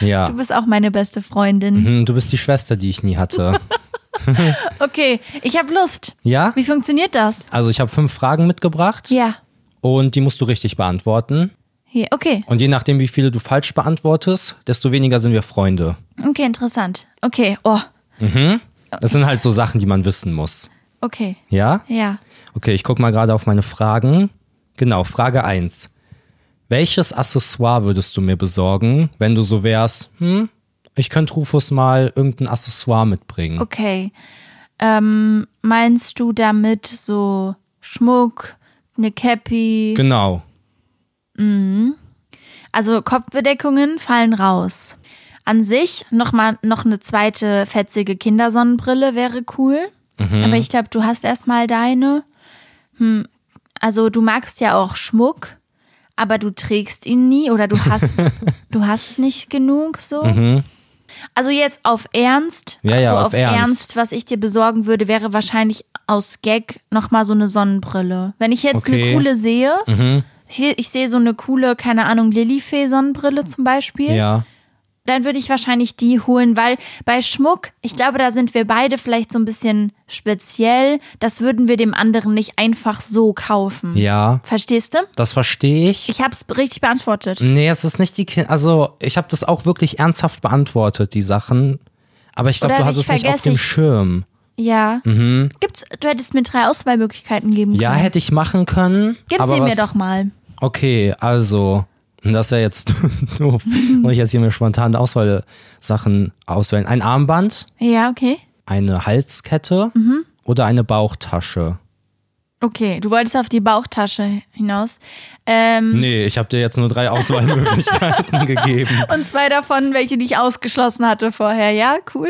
Speaker 1: Ja.
Speaker 2: Du bist auch meine beste Freundin.
Speaker 1: Hm, Du bist die Schwester, die ich nie
Speaker 2: [laughs]
Speaker 1: hatte.
Speaker 2: Okay, ich habe Lust.
Speaker 1: Ja?
Speaker 2: Wie funktioniert das?
Speaker 1: Also ich habe fünf Fragen mitgebracht
Speaker 2: Ja.
Speaker 1: und die musst du richtig beantworten.
Speaker 2: Hier, okay.
Speaker 1: Und je nachdem, wie viele du falsch beantwortest, desto weniger sind wir Freunde.
Speaker 2: Okay, interessant. Okay, oh,
Speaker 1: Das sind halt so Sachen, die man wissen muss.
Speaker 2: okay.
Speaker 1: Ja?
Speaker 2: Ja.
Speaker 1: Okay, ich gucke mal gerade auf meine Fragen. Genau, Frage 1. Welches Accessoire würdest du mir besorgen, wenn du so wärst, hm, ich könnte Rufus mal irgendein Accessoire mitbringen?
Speaker 2: Okay. Ähm, meinst du damit so Schmuck, eine Cappy?
Speaker 1: Genau.
Speaker 2: Also Kopfbedeckungen fallen raus. An sich noch mal noch eine zweite fetzige Kindersonnenbrille wäre cool.
Speaker 1: Mhm.
Speaker 2: Aber ich glaube, du hast erstmal deine. Hm, also du magst ja auch Schmuck, aber du trägst ihn nie oder du
Speaker 1: [laughs]
Speaker 2: hast du hast nicht genug so. Also jetzt auf Ernst,
Speaker 1: Mhm. Ja, ja,
Speaker 2: also
Speaker 1: auf
Speaker 2: auf,
Speaker 1: Ernst.
Speaker 2: Ernst. was ich dir besorgen würde, wäre wahrscheinlich aus Gag noch mal so eine Sonnenbrille. Wenn ich jetzt
Speaker 1: Okay.
Speaker 2: eine coole sehe, ich, ich sehe so eine coole, keine Ahnung, Lilifee-Sonnenbrille zum Beispiel.
Speaker 1: Ja.
Speaker 2: Dann würde ich wahrscheinlich die holen, weil bei Schmuck, ich glaube, da sind wir beide vielleicht so ein bisschen speziell. Das würden wir dem anderen nicht einfach so kaufen.
Speaker 1: Ja.
Speaker 2: Verstehst du?
Speaker 1: Das verstehe ich.
Speaker 2: Ich habe es richtig beantwortet.
Speaker 1: Nee, es ist nicht die Kinder. Also, ich habe das auch wirklich ernsthaft beantwortet, die Sachen. Aber ich glaube,
Speaker 2: Oder
Speaker 1: du hast
Speaker 2: ich
Speaker 1: es nicht auf
Speaker 2: vergesse
Speaker 1: dem
Speaker 2: ich-
Speaker 1: Schirm.
Speaker 2: Ja. Gibt's, du hättest mir drei Auswahlmöglichkeiten geben
Speaker 1: Mhm. Ja,
Speaker 2: können.
Speaker 1: hätte ich machen können.
Speaker 2: Gib
Speaker 1: aber
Speaker 2: sie
Speaker 1: was,
Speaker 2: mir doch mal.
Speaker 1: Okay, also. Das ist ja jetzt [laughs] doof. Muss ich jetzt hier mir spontan Auswahlsachen auswählen. Ein Armband,
Speaker 2: Ja, okay.
Speaker 1: eine Halskette oder eine Bauchtasche.
Speaker 2: Okay, du wolltest auf die Bauchtasche hinaus. Ähm,
Speaker 1: Nee, ich habe dir jetzt nur drei [laughs] Auswahlmöglichkeiten gegeben.
Speaker 2: Und zwei davon, welche die ich ausgeschlossen hatte vorher. Ja, cool.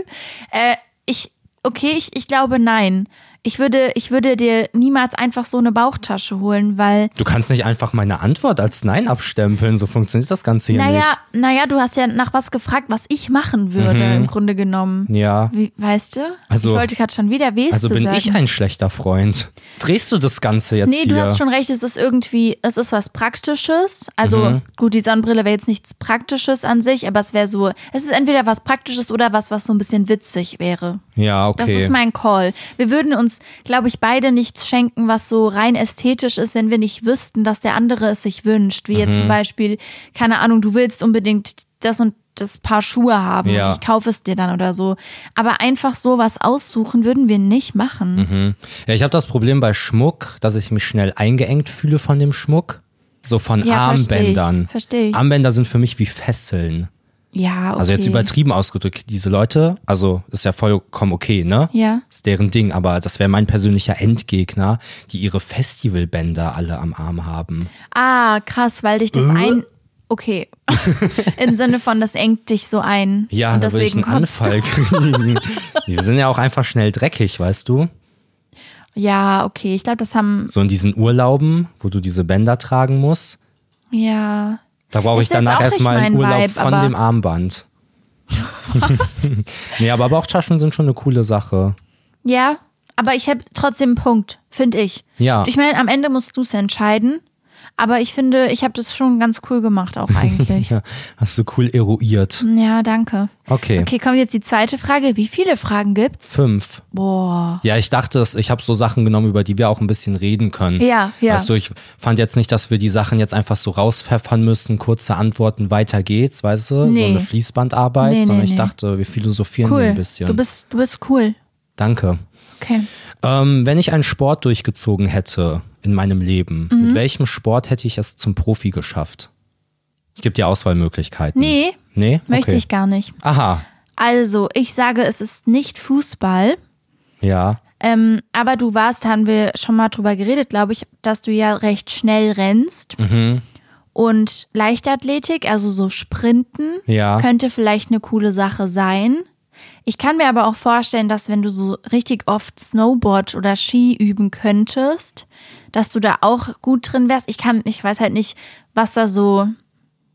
Speaker 2: Äh, ich, okay, ich, ich glaube nein. Ich würde, ich würde dir niemals einfach so eine Bauchtasche holen, weil,
Speaker 1: Du kannst nicht einfach meine Antwort als Nein abstempeln. So funktioniert das Ganze hier
Speaker 2: naja, naja, du hast ja nach was gefragt, was ich machen würde, im Grunde genommen.
Speaker 1: nicht. Mhm. Ja.
Speaker 2: Wie, weißt du?
Speaker 1: Also-
Speaker 2: ich wollte gerade schon wieder Weste
Speaker 1: Also bin
Speaker 2: sagen.
Speaker 1: ich ein schlechter Freund. Drehst du das Ganze jetzt
Speaker 2: Nee,
Speaker 1: hier?
Speaker 2: du hast schon recht, es ist irgendwie, es ist was Praktisches. Also
Speaker 1: Mhm.
Speaker 2: gut, die Sonnenbrille wäre jetzt nichts Praktisches an sich, aber es wäre so, es ist entweder was Praktisches oder was, was so ein bisschen witzig wäre.
Speaker 1: ja, okay.
Speaker 2: Das ist mein Call. Wir würden uns, glaube ich, beide nichts schenken, was so rein ästhetisch ist, wenn wir nicht wüssten, dass der andere es sich wünscht. Wie
Speaker 1: Mhm.
Speaker 2: jetzt zum Beispiel, keine Ahnung, du willst unbedingt das und das Paar Schuhe haben
Speaker 1: Ja.
Speaker 2: und ich kaufe es dir dann oder so. Aber einfach so was aussuchen würden wir nicht machen.
Speaker 1: Mhm. Hm. ja, ich habe das Problem bei Schmuck, dass ich mich schnell eingeengt fühle von dem Schmuck. So von
Speaker 2: Ja, versteh ich,
Speaker 1: Armbändern.
Speaker 2: versteh ich.
Speaker 1: Armbänder sind für mich wie Fesseln.
Speaker 2: Ja, okay.
Speaker 1: Also jetzt übertrieben ausgedrückt, diese Leute, also ist ja vollkommen okay, ne?
Speaker 2: Ja.
Speaker 1: Ist deren Ding, aber das wäre mein persönlicher Endgegner, die ihre Festivalbänder alle am Arm haben.
Speaker 2: Ah, krass, weil dich das
Speaker 1: Äh?
Speaker 2: ein.
Speaker 1: [laughs]
Speaker 2: Okay. Im Sinne von, das engt dich so ein.
Speaker 1: Ja,
Speaker 2: und
Speaker 1: da würde ich
Speaker 2: deswegen
Speaker 1: einen
Speaker 2: kotzt du.
Speaker 1: Anfall
Speaker 2: [laughs]
Speaker 1: kriegen. Wir sind ja auch einfach schnell dreckig, weißt du?
Speaker 2: Ja, okay. Ich glaube, das haben.
Speaker 1: So in diesen Urlauben, wo du diese Bänder tragen musst.
Speaker 2: Ja.
Speaker 1: Da brauche ich
Speaker 2: Ist jetzt
Speaker 1: danach
Speaker 2: auch nicht
Speaker 1: erstmal einen
Speaker 2: mein
Speaker 1: Urlaub
Speaker 2: Vibe,
Speaker 1: von
Speaker 2: aber-
Speaker 1: dem
Speaker 2: [laughs]
Speaker 1: Armband. nee, aber Bauchtaschen sind schon eine coole Sache.
Speaker 2: Ja, aber ich habe trotzdem einen Punkt, finde ich.
Speaker 1: Ja.
Speaker 2: Ich meine, am Ende musst du es entscheiden. Aber ich finde, ich habe das schon ganz cool gemacht,
Speaker 1: [laughs]
Speaker 2: auch eigentlich.
Speaker 1: Ja, hast du cool eruiert.
Speaker 2: ja, danke.
Speaker 1: Okay.
Speaker 2: Okay, kommt jetzt die zweite Frage. Wie viele Fragen gibt's?
Speaker 1: Fünf.
Speaker 2: Boah.
Speaker 1: Ja, ich dachte, es- ich habe so Sachen genommen, über die wir auch ein bisschen reden können.
Speaker 2: Ja, ja.
Speaker 1: Weißt du, ich fand jetzt nicht, dass wir die Sachen jetzt einfach so rauspfeffern müssen, kurze Antworten, weiter geht's, weißt du? So
Speaker 2: Nee.
Speaker 1: eine Fließbandarbeit,
Speaker 2: Nee, nee,
Speaker 1: sondern ich
Speaker 2: nee.
Speaker 1: dachte, wir philosophieren hier
Speaker 2: Cool.
Speaker 1: ein bisschen.
Speaker 2: Du bist, du bist cool.
Speaker 1: Danke.
Speaker 2: Okay.
Speaker 1: Ähm, wenn ich einen Sport durchgezogen hätte in meinem Leben,
Speaker 2: Mhm.
Speaker 1: mit welchem Sport hätte ich es zum Profi geschafft? Ich gebe dir Auswahlmöglichkeiten.
Speaker 2: Nee,
Speaker 1: Nee?
Speaker 2: möchte
Speaker 1: okay.
Speaker 2: ich gar nicht.
Speaker 1: Aha,
Speaker 2: Also, ich sage, es ist nicht Fußball.
Speaker 1: ja.
Speaker 2: Ähm, aber du warst, haben wir schon mal drüber geredet, glaube ich, dass du ja recht schnell rennst. Und Leichtathletik, also so Sprinten,
Speaker 1: Ja.
Speaker 2: könnte vielleicht eine coole Sache sein. Ich kann mir aber auch vorstellen, dass wenn du so richtig oft Snowboard oder Ski üben könntest, dass du da auch gut drin wärst. Ich kann, ich weiß halt nicht, was da so,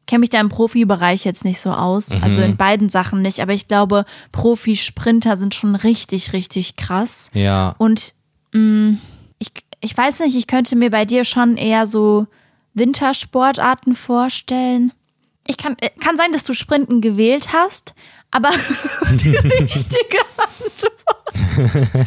Speaker 2: kenne mich da im Profibereich jetzt nicht so aus. Also in beiden Sachen nicht, aber ich glaube, Profisprinter sind schon richtig, richtig krass.
Speaker 1: Ja.
Speaker 2: Und mh, ich, ich weiß nicht, ich könnte mir bei dir schon eher so Wintersportarten vorstellen. Ich kann, äh, kann sein, dass du Sprinten gewählt hast, aber [laughs] die richtige Antwort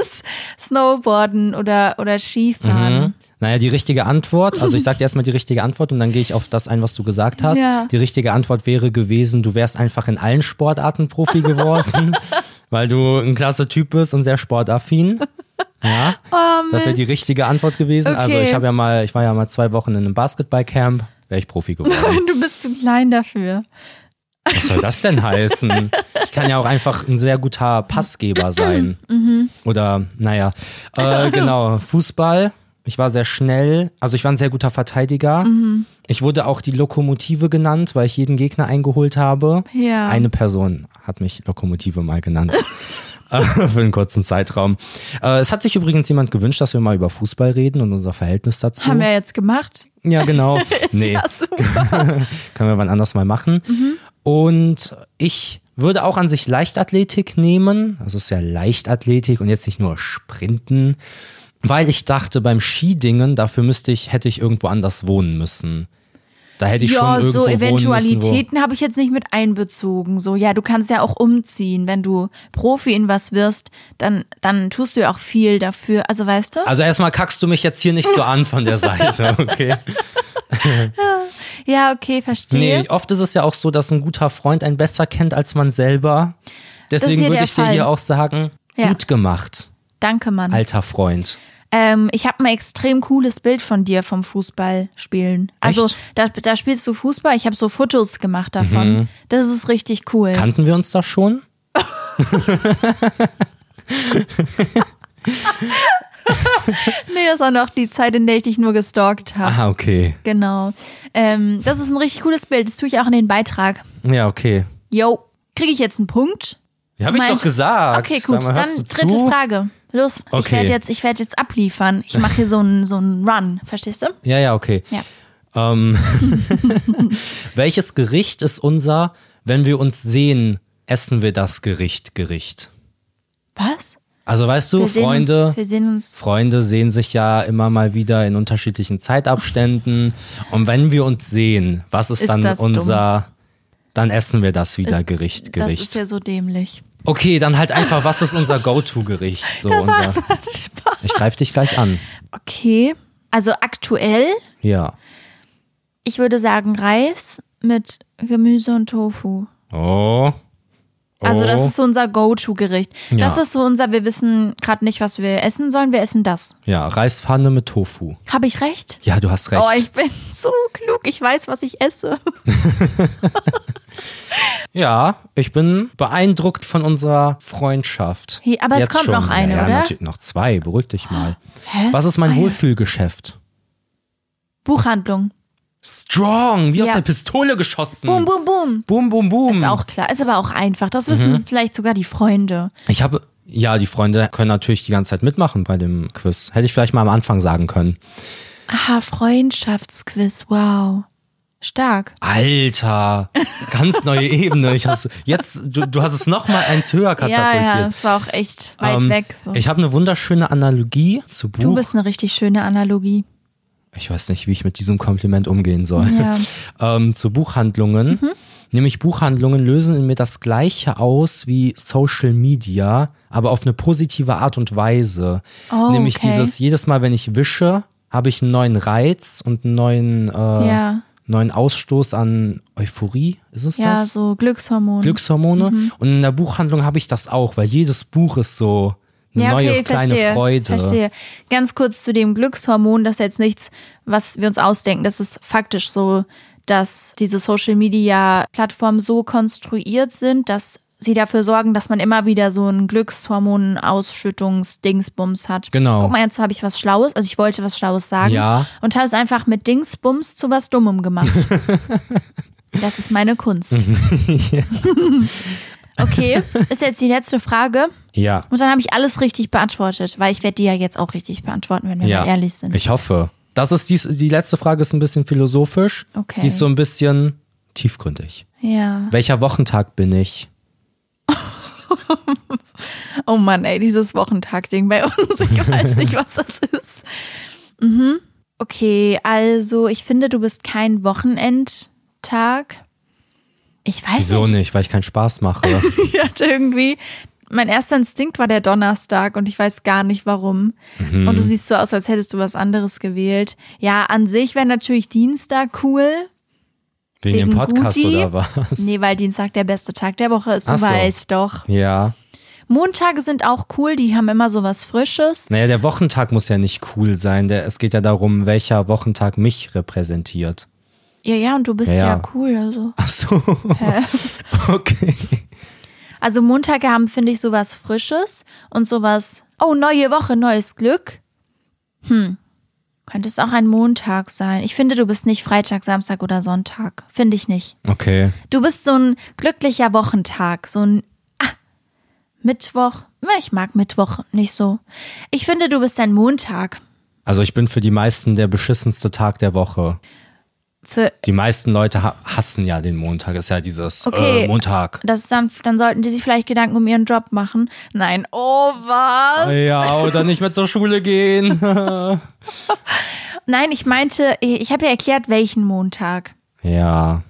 Speaker 2: ist Snowboarden oder, oder Skifahren.
Speaker 1: Hm? Naja, die richtige Antwort, also ich sag dir erstmal die richtige Antwort und dann gehe ich auf das ein, was du gesagt hast.
Speaker 2: Ja.
Speaker 1: Die richtige Antwort wäre gewesen, du wärst einfach in allen Sportarten
Speaker 2: [laughs]
Speaker 1: Profi geworden, weil du ein klasse Typ bist und sehr sportaffin. Ja, das wäre die richtige Antwort gewesen. Also
Speaker 2: Oh, Okay.
Speaker 1: ich habe ja mal, ich war ja mal zwei Wochen in einem Basketballcamp, wäre ich Profi geworden.
Speaker 2: [laughs] Du bist zu klein dafür.
Speaker 1: Was soll das denn heißen? Ich kann ja auch einfach ein sehr guter Passgeber sein.
Speaker 2: Mhm.
Speaker 1: Oder, naja, äh, genau, Fußball. Ich war sehr schnell, also ich war ein sehr guter Verteidiger.
Speaker 2: Mhm.
Speaker 1: Ich wurde auch die Lokomotive genannt, weil ich jeden Gegner eingeholt habe.
Speaker 2: Ja.
Speaker 1: Eine Person hat mich Lokomotive mal
Speaker 2: [laughs]
Speaker 1: genannt. Äh, Für einen kurzen Zeitraum. Äh, Es hat sich übrigens jemand gewünscht, dass wir mal über Fußball reden und unser Verhältnis dazu.
Speaker 2: Haben wir jetzt gemacht.
Speaker 1: Ja,
Speaker 2: [laughs]
Speaker 1: genau. nee,
Speaker 2: Ja, so.
Speaker 1: können wir wann anders mal machen.
Speaker 2: Mhm.
Speaker 1: Und ich würde auch an sich Leichtathletik nehmen. Also es ist ja Leichtathletik und jetzt nicht nur Sprinten. Weil ich dachte, beim Skidingen, dafür müsste ich, hätte ich irgendwo anders wohnen müssen. Da hätte ich
Speaker 2: ja,
Speaker 1: schon irgendwo
Speaker 2: so
Speaker 1: wohnen müssen,
Speaker 2: Eventualitäten habe ich jetzt nicht mit einbezogen. So, ja, du kannst ja auch umziehen. Wenn du Profi in was wirst, dann, dann tust du ja auch viel dafür. Also weißt du?
Speaker 1: wo. Also erstmal kackst du mich jetzt hier nicht so an von der
Speaker 2: [laughs]
Speaker 1: Seite, okay?
Speaker 2: Ja, okay, verstehe.
Speaker 1: Nee, oft ist es ja auch so, dass ein guter Freund einen besser kennt als man selber. Deswegen
Speaker 2: hier
Speaker 1: würde
Speaker 2: der
Speaker 1: ich dir
Speaker 2: Fall.
Speaker 1: hier auch sagen,
Speaker 2: Ja.
Speaker 1: gut gemacht,
Speaker 2: Danke, Mann.
Speaker 1: alter Freund.
Speaker 2: Ähm, ich habe ein extrem cooles Bild von dir vom Fußballspielen. Also
Speaker 1: Echt?
Speaker 2: da, da spielst du Fußball. Ich habe so Fotos gemacht davon.
Speaker 1: Mhm.
Speaker 2: Das ist richtig cool.
Speaker 1: Kannten wir uns da schon?
Speaker 2: nee, das war noch die Zeit, in der ich dich nur gestalkt habe.
Speaker 1: Ah, okay.
Speaker 2: Genau. Ähm, das ist ein richtig cooles Bild. Das tue ich auch in den Beitrag.
Speaker 1: Ja, okay.
Speaker 2: Yo, kriege ich jetzt einen Punkt?
Speaker 1: Ja, habe ich
Speaker 2: Meinst-
Speaker 1: doch gesagt.
Speaker 2: Okay,
Speaker 1: Sag
Speaker 2: gut.
Speaker 1: mal, hörst
Speaker 2: Dann
Speaker 1: du
Speaker 2: dritte
Speaker 1: zu?
Speaker 2: Frage. Los, ich
Speaker 1: Okay.
Speaker 2: werde jetzt, ich werd jetzt abliefern. Ich mache hier so einen so einen Run, verstehst du?
Speaker 1: Ja, ja, okay.
Speaker 2: Ja.
Speaker 1: Ähm, welches Gericht ist unser, wenn wir uns sehen, essen wir das Gericht, Gericht?
Speaker 2: Was?
Speaker 1: Also weißt du,
Speaker 2: Wir sehen
Speaker 1: Freunde,
Speaker 2: uns. Wir sehen uns.
Speaker 1: Freunde sehen sich ja immer mal wieder in unterschiedlichen Zeitabständen. Und wenn wir uns sehen, was ist,
Speaker 2: Ist
Speaker 1: dann
Speaker 2: das dumm.
Speaker 1: unser, dann essen wir das wieder,
Speaker 2: Ist-
Speaker 1: Gericht,
Speaker 2: Das ist
Speaker 1: Gericht.
Speaker 2: ja so dämlich.
Speaker 1: okay, dann halt einfach, was ist unser
Speaker 2: [laughs]
Speaker 1: Go-To-Gericht? So unser, ich greife dich gleich an.
Speaker 2: Okay. Also aktuell,
Speaker 1: Ja.
Speaker 2: ich würde sagen Reis mit Gemüse und Tofu.
Speaker 1: Oh.
Speaker 2: Also das
Speaker 1: Oh.
Speaker 2: ist so unser Go-To-Gericht. Das
Speaker 1: Ja.
Speaker 2: ist so unser, wir wissen gerade nicht, was wir essen sollen, wir essen das.
Speaker 1: Ja, Reispfanne mit Tofu.
Speaker 2: Habe ich recht?
Speaker 1: Ja, du hast recht.
Speaker 2: Oh, ich bin [laughs] so klug, ich weiß, was ich esse.
Speaker 1: ja, ich bin beeindruckt von unserer Freundschaft.
Speaker 2: Hey, aber es
Speaker 1: Jetzt
Speaker 2: kommt
Speaker 1: schon.
Speaker 2: noch eine,
Speaker 1: ja, ja,
Speaker 2: oder?
Speaker 1: natürlich Noch zwei, beruhig dich mal.
Speaker 2: Hä?
Speaker 1: Was ist mein
Speaker 2: Ah, ja.
Speaker 1: Wohlfühlgeschäft?
Speaker 2: Buchhandlung.
Speaker 1: Strong, wie aus
Speaker 2: Ja.
Speaker 1: der Pistole geschossen.
Speaker 2: Boom, boom, boom.
Speaker 1: boom, boom. boom.
Speaker 2: Ist auch klar, ist aber auch einfach. Das wissen
Speaker 1: Mhm.
Speaker 2: vielleicht sogar die Freunde.
Speaker 1: Ich habe, ja, die Freunde können natürlich die ganze Zeit mitmachen bei dem Quiz. Hätte ich vielleicht mal am Anfang sagen können.
Speaker 2: Aha, Freundschaftsquiz, wow. Stark. [laughs]
Speaker 1: Alter, ganz neue Ebene. Ich hast, jetzt, du, du hast es noch mal eins höher
Speaker 2: Ja,
Speaker 1: katapultiert.
Speaker 2: ja, das war auch echt weit
Speaker 1: Ähm,
Speaker 2: weg. So.
Speaker 1: Ich habe eine wunderschöne Analogie zu Buch.
Speaker 2: du bist eine richtig schöne Analogie.
Speaker 1: ich weiß nicht, wie ich mit diesem Kompliment umgehen soll.
Speaker 2: Ja.
Speaker 1: [laughs]
Speaker 2: Mhm.
Speaker 1: ähm, zu Buchhandlungen. Nämlich Buchhandlungen lösen in mir das Gleiche aus wie Social Media, aber auf eine positive Art und Weise.
Speaker 2: Oh,
Speaker 1: Nämlich
Speaker 2: okay.
Speaker 1: dieses, jedes Mal, wenn ich wische, habe ich einen neuen Reiz und einen neuen, äh,
Speaker 2: Ja.
Speaker 1: neuen Ausstoß an Euphorie. Ist es
Speaker 2: Ja,
Speaker 1: das?
Speaker 2: so Mhm. Glückshormone.
Speaker 1: Glückshormone. Und in der Buchhandlung habe ich das auch, weil jedes Buch ist so Eine neue kleine
Speaker 2: verstehe,
Speaker 1: Freude.
Speaker 2: Verstehe. Ganz kurz zu dem Glückshormon, das ist jetzt nichts, was wir uns ausdenken. Das ist faktisch so, dass diese Social Media Plattformen so konstruiert sind, dass sie dafür sorgen, dass man immer wieder so ein Glückshormon-Ausschüttungs-Dingsbums hat.
Speaker 1: Genau.
Speaker 2: Guck mal, jetzt habe ich was Schlaues, also ich wollte was Schlaues sagen
Speaker 1: Ja.
Speaker 2: und habe es einfach mit Dingsbums zu was
Speaker 1: [laughs]
Speaker 2: Dummem gemacht. das ist meine Kunst. [laughs] okay, ist jetzt die letzte Frage.
Speaker 1: Ja.
Speaker 2: Und dann habe ich alles richtig beantwortet, weil ich werde die ja jetzt auch richtig beantworten, wenn wir
Speaker 1: ja.
Speaker 2: mal ehrlich sind.
Speaker 1: Ich hoffe. Das ist dies, die letzte Frage ist ein bisschen philosophisch.
Speaker 2: Okay.
Speaker 1: Die ist so ein bisschen tiefgründig.
Speaker 2: ja.
Speaker 1: Welcher Wochentag bin ich?
Speaker 2: Oh Mann, ey, dieses Wochentag-Ding bei [laughs] uns. Ich weiß nicht, was das ist. Mhm. Okay, also ich finde, du bist kein Wochenendtag. Ich weiß
Speaker 1: Wieso
Speaker 2: nicht.
Speaker 1: nicht? Weil ich keinen Spaß
Speaker 2: [laughs]
Speaker 1: mache.
Speaker 2: Ich hatte irgendwie. Mein erster Instinkt war der Donnerstag und ich weiß gar nicht warum.
Speaker 1: Mhm.
Speaker 2: Und du siehst so aus, als hättest du was anderes gewählt. Ja, an sich wäre natürlich Dienstag cool.
Speaker 1: Wegen,
Speaker 2: Wegen
Speaker 1: dem Podcast
Speaker 2: Guti?
Speaker 1: oder was? [laughs]
Speaker 2: Nee, weil Dienstag der beste Tag der Woche ist. Du
Speaker 1: Ach so.
Speaker 2: weißt doch.
Speaker 1: Ja.
Speaker 2: Montage sind auch cool, die haben immer so was Frisches.
Speaker 1: Naja, der Wochentag muss ja nicht cool sein. Der, es geht ja darum, welcher Wochentag mich repräsentiert.
Speaker 2: Ja, ja, und du bist
Speaker 1: Ja,
Speaker 2: ja,
Speaker 1: ja.
Speaker 2: cool. Also.
Speaker 1: Ach so. [laughs] Okay.
Speaker 2: also Montage haben, finde ich, so was Frisches und sowas. Oh, neue Woche, neues Glück. Hm. Könnte es auch ein Montag sein. Ich finde, du bist nicht Freitag, Samstag oder Sonntag. Finde ich nicht.
Speaker 1: Okay.
Speaker 2: Du bist so ein glücklicher Wochentag, so ein ah, Mittwoch. Na, Ich mag Mittwoch nicht so. Ich finde, du bist ein Montag.
Speaker 1: Also ich bin für die meisten der beschissenste Tag der Woche.
Speaker 2: Für,
Speaker 1: Die meisten Leute ha hassen ja den Montag. Ist ja dieses
Speaker 2: Okay.
Speaker 1: äh, Montag.
Speaker 2: Das ist dann, dann sollten die sich vielleicht Gedanken um ihren Job machen. Nein, oh was?
Speaker 1: Ja, oder nicht mehr zur Schule gehen.
Speaker 2: Nein, ich meinte, ich ich habe ja erklärt, welchen Montag.
Speaker 1: [laughs] Ja.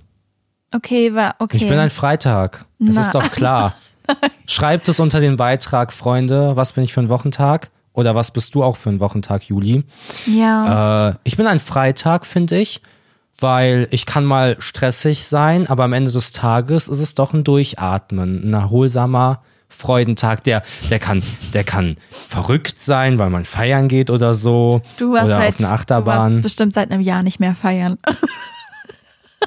Speaker 2: Okay, war okay.
Speaker 1: Ich bin halt, ein Freitag. Das
Speaker 2: Na.
Speaker 1: ist doch [laughs] klar. Schreibt es unter den Beitrag, Freunde. Was bin ich für ein Wochentag? Oder was bist du auch für ein Wochentag, Juli?
Speaker 2: ja,
Speaker 1: Äh, ich bin ein Freitag, finde ich, weil ich kann mal stressig sein, aber am Ende des Tages ist es doch ein Durchatmen, ein erholsamer Freudentag. Der, der, kann, der kann verrückt sein, weil man feiern geht oder so.
Speaker 2: du warst
Speaker 1: oder
Speaker 2: halt,
Speaker 1: auf einer
Speaker 2: du warst
Speaker 1: Achterbahn.
Speaker 2: bestimmt seit einem Jahr nicht mehr feiern. [laughs]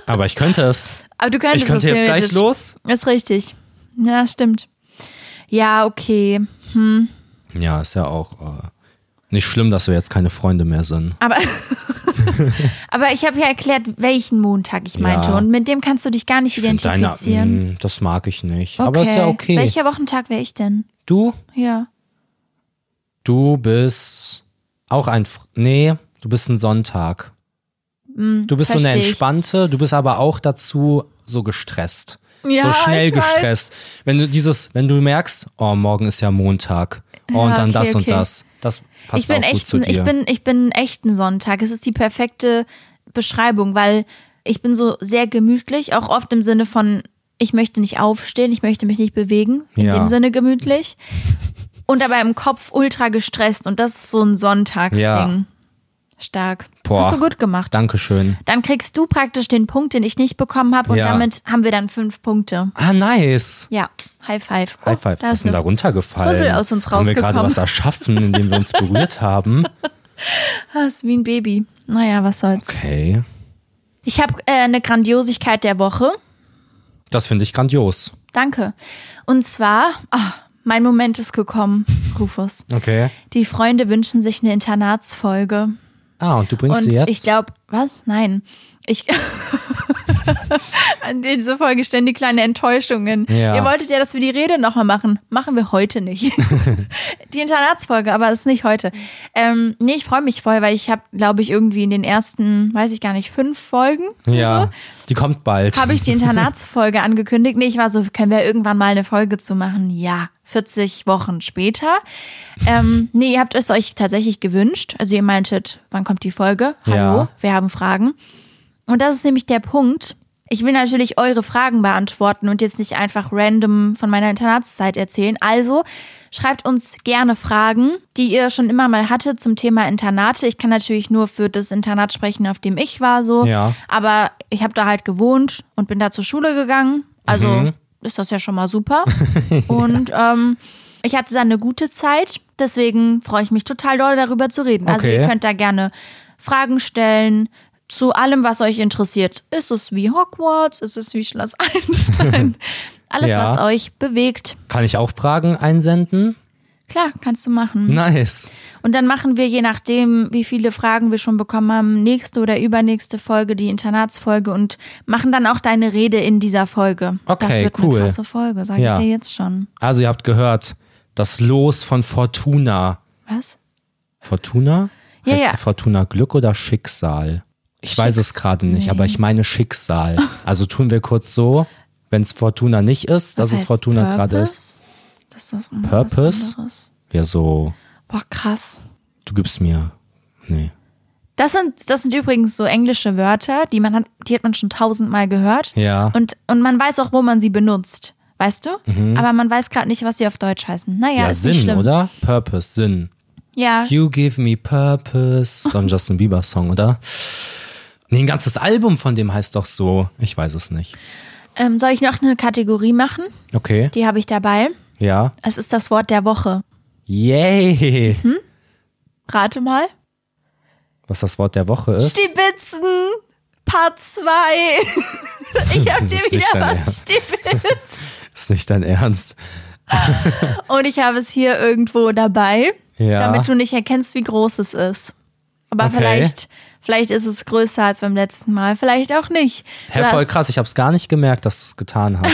Speaker 1: Aber ich könnte es.
Speaker 2: Aber du
Speaker 1: Ich
Speaker 2: könntest
Speaker 1: könnte
Speaker 2: es
Speaker 1: jetzt gleich
Speaker 2: theoretisch.
Speaker 1: los.
Speaker 2: Ist richtig. Ja, stimmt. Ja, okay.
Speaker 1: Ja, ist ja auch äh, nicht schlimm, dass wir jetzt keine Freunde mehr sind.
Speaker 2: Aber, [laughs] aber ich habe ja erklärt, welchen Montag ich meinte.
Speaker 1: Ja.
Speaker 2: Und mit dem kannst du dich gar nicht
Speaker 1: Find deiner-
Speaker 2: identifizieren.
Speaker 1: mh, das mag ich nicht. Aber ist ja okay.
Speaker 2: Welcher Wochentag wäre ich denn?
Speaker 1: Du?
Speaker 2: Ja.
Speaker 1: Du bist auch ein. Fr nee, du bist ein Sonntag. du bist so eine
Speaker 2: Hm, versteh ich.
Speaker 1: entspannte, du bist aber auch dazu so gestresst.
Speaker 2: Ja,
Speaker 1: so schnell
Speaker 2: ich weiß.
Speaker 1: gestresst. Wenn du dieses, wenn du merkst, oh, morgen ist ja Montag. Oh,
Speaker 2: Ja,
Speaker 1: und dann
Speaker 2: okay,
Speaker 1: das und
Speaker 2: okay.
Speaker 1: das. Das passt
Speaker 2: ich bin
Speaker 1: auch gut
Speaker 2: echt,
Speaker 1: zu
Speaker 2: ein-
Speaker 1: dir.
Speaker 2: ich bin, ich bin echt ein Sonntag. Es ist die perfekte Beschreibung, weil ich bin so sehr gemütlich, auch oft im Sinne von, ich möchte nicht aufstehen, ich möchte mich nicht bewegen. In
Speaker 1: Ja.
Speaker 2: dem Sinne gemütlich. Und aber im Kopf ultra gestresst. Und das ist so ein Sonntagsding.
Speaker 1: Ja.
Speaker 2: Stark.
Speaker 1: Boah.
Speaker 2: Hast du gut gemacht.
Speaker 1: Dankeschön.
Speaker 2: Dann kriegst du praktisch den Punkt, den ich nicht bekommen habe. Und
Speaker 1: Ja.
Speaker 2: damit haben wir dann fünf Punkte.
Speaker 1: Ah, nice.
Speaker 2: Ja, High Five.
Speaker 1: High five.
Speaker 2: Oh, da
Speaker 1: was ist
Speaker 2: ist
Speaker 1: denn da
Speaker 2: eine
Speaker 1: runtergefallen?
Speaker 2: Fussel aus uns
Speaker 1: Haben wir gerade
Speaker 2: rausgekommen.
Speaker 1: was erschaffen, indem wir uns berührt
Speaker 2: [laughs]
Speaker 1: haben?
Speaker 2: Das Ah, ist wie ein Baby. Naja, was soll's.
Speaker 1: Okay.
Speaker 2: Ich habe äh, eine Grandiosigkeit der Woche.
Speaker 1: Das finde ich grandios.
Speaker 2: Danke. Und zwar, ah, mein Moment ist gekommen, Rufus.
Speaker 1: Okay.
Speaker 2: Die Freunde wünschen sich eine Internatsfolge.
Speaker 1: Ah, und du bringst
Speaker 2: Und
Speaker 1: sie jetzt?
Speaker 2: ich glaube, was? Nein. Ich. [laughs] An diese Folge stellen die kleinen Enttäuschungen.
Speaker 1: Ja.
Speaker 2: Ihr wolltet ja, dass wir die Rede nochmal machen. Machen wir
Speaker 1: [laughs]
Speaker 2: heute nicht. die Internatsfolge, aber es ist nicht heute. Ähm, nee, ich freue mich voll, weil ich habe, glaube ich, irgendwie in den ersten, weiß ich gar nicht, fünf Folgen. oder
Speaker 1: Ja,
Speaker 2: So,
Speaker 1: die kommt bald.
Speaker 2: habe ich die Internatsfolge angekündigt. Nee, ich war so, können wir irgendwann mal eine Folge zu machen? Ja, 40 Wochen später. Ähm, nee, ihr habt es euch tatsächlich gewünscht. Also ihr meintet, wann kommt die Folge? Hallo,
Speaker 1: Ja.
Speaker 2: wir haben Fragen. Und das ist nämlich der Punkt. Ich will natürlich eure Fragen beantworten und jetzt nicht einfach random von meiner Internatszeit erzählen. Also schreibt uns gerne Fragen, die ihr schon immer mal hattet zum Thema Internate. Ich kann natürlich nur für das Internat sprechen, auf dem ich war so.
Speaker 1: Ja.
Speaker 2: Aber ich habe da halt gewohnt und
Speaker 1: Mhm. [laughs]
Speaker 2: bin da zur Schule gegangen. Also ist das ja schon mal super. Und ähm, Ich hatte da eine gute Zeit, deswegen freue ich mich total doll darüber zu reden. Also
Speaker 1: Okay.
Speaker 2: ihr könnt da gerne Fragen stellen zu allem, was euch interessiert. Ist es wie Hogwarts? Ist es wie Schloss [laughs] Einstein? Alles,
Speaker 1: Ja.
Speaker 2: was euch bewegt.
Speaker 1: Kann ich auch Fragen einsenden?
Speaker 2: Klar, kannst du
Speaker 1: Hm.
Speaker 2: machen.
Speaker 1: Nice.
Speaker 2: Und dann machen wir, je nachdem, wie viele Fragen wir schon bekommen haben, nächste oder übernächste Folge, die Internatsfolge und machen dann auch deine Rede in dieser Folge.
Speaker 1: Okay,
Speaker 2: das wird
Speaker 1: cool.
Speaker 2: eine krasse Folge, sage
Speaker 1: Ja.
Speaker 2: ich dir jetzt schon.
Speaker 1: Also ihr habt gehört, das Los von Fortuna.
Speaker 2: Was?
Speaker 1: Fortuna?
Speaker 2: Ja,
Speaker 1: heißt
Speaker 2: ja.
Speaker 1: Fortuna Glück oder Schicksal? Ich weiß es
Speaker 2: Schicks-
Speaker 1: gerade nicht,
Speaker 2: nee.
Speaker 1: aber ich meine Schicksal. Also tun wir kurz so, wenn es Fortuna nicht ist, dass
Speaker 2: Was
Speaker 1: es
Speaker 2: heißt
Speaker 1: Fortuna gerade ist.
Speaker 2: Purpose? Das ist was anderes-
Speaker 1: Purpose?
Speaker 2: anderes.
Speaker 1: Ja, so,
Speaker 2: Boah, krass.
Speaker 1: du gibst mir. Nee.
Speaker 2: Das sind, das sind übrigens so englische Wörter, die man hat, die hat man schon tausendmal gehört.
Speaker 1: Ja.
Speaker 2: Und, und man weiß auch, wo man sie benutzt. Weißt du? Aber man weiß gerade nicht, was sie auf Deutsch heißen. Naja,
Speaker 1: Mhm. Ja,
Speaker 2: ist nicht
Speaker 1: Sinn,
Speaker 2: schlimm.
Speaker 1: oder? Purpose, Sinn.
Speaker 2: Ja,
Speaker 1: You give me
Speaker 2: [laughs]
Speaker 1: purpose. So ein Justin Bieber Song, oder? Nee, ein ganzes Album von dem heißt doch so. Ich weiß es nicht.
Speaker 2: Ähm, soll ich noch eine Kategorie machen?
Speaker 1: Okay.
Speaker 2: Die habe ich dabei.
Speaker 1: Ja.
Speaker 2: Es ist das Wort der Woche.
Speaker 1: Yay.
Speaker 2: Hm? Rate mal.
Speaker 1: Was das Wort der Woche ist.
Speaker 2: Stiebitzen,
Speaker 1: [laughs]
Speaker 2: Part 2. Ich habe dir
Speaker 1: ist
Speaker 2: wieder
Speaker 1: nicht dein
Speaker 2: was stibitzt.
Speaker 1: Ist nicht dein Ernst.
Speaker 2: Und ich habe es hier irgendwo dabei,
Speaker 1: Ja.
Speaker 2: damit du nicht erkennst, wie groß es ist. Aber
Speaker 1: Okay.
Speaker 2: vielleicht, vielleicht ist es größer als beim letzten Mal, vielleicht auch nicht. Du
Speaker 1: Hä, voll
Speaker 2: hast-
Speaker 1: krass, ich hab's gar nicht gemerkt, dass du's getan
Speaker 2: [laughs]
Speaker 1: hast.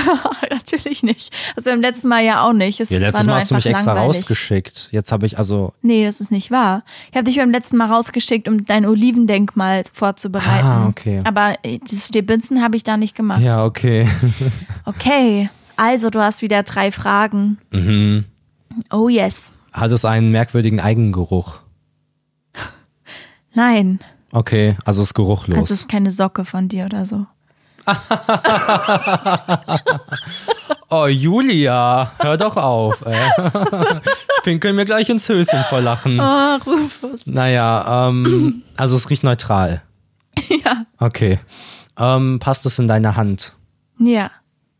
Speaker 2: Natürlich nicht. Also beim letzten Mal ja auch nicht. Es
Speaker 1: Ja,
Speaker 2: war
Speaker 1: letztes
Speaker 2: nur
Speaker 1: Mal hast du mich
Speaker 2: einfach
Speaker 1: extra
Speaker 2: langweilig.
Speaker 1: rausgeschickt. Jetzt habe ich also.
Speaker 2: Nee, das ist nicht wahr. Ich habe dich beim letzten Mal rausgeschickt, um dein Olivendenkmal vorzubereiten.
Speaker 1: Ah, okay.
Speaker 2: Aber äh, das Stebinzen habe ich da nicht gemacht.
Speaker 1: Ja, okay. [laughs]
Speaker 2: Okay, also du hast wieder drei Fragen. Mhm. Oh yes.
Speaker 1: Hat es einen merkwürdigen Eigengeruch?
Speaker 2: Nein,
Speaker 1: Okay, also ist geruchlos.
Speaker 2: also es ist keine Socke von dir oder so.
Speaker 1: oh, Julia, hör doch auf.
Speaker 2: [laughs]
Speaker 1: Ey. Ich pinkel mir gleich ins Höschen vor Lachen.
Speaker 2: Ah, Rufus.
Speaker 1: Naja, ähm, also es riecht neutral.
Speaker 2: [laughs] Ja.
Speaker 1: Okay. Ähm, passt es in deine Hand?
Speaker 2: Ja.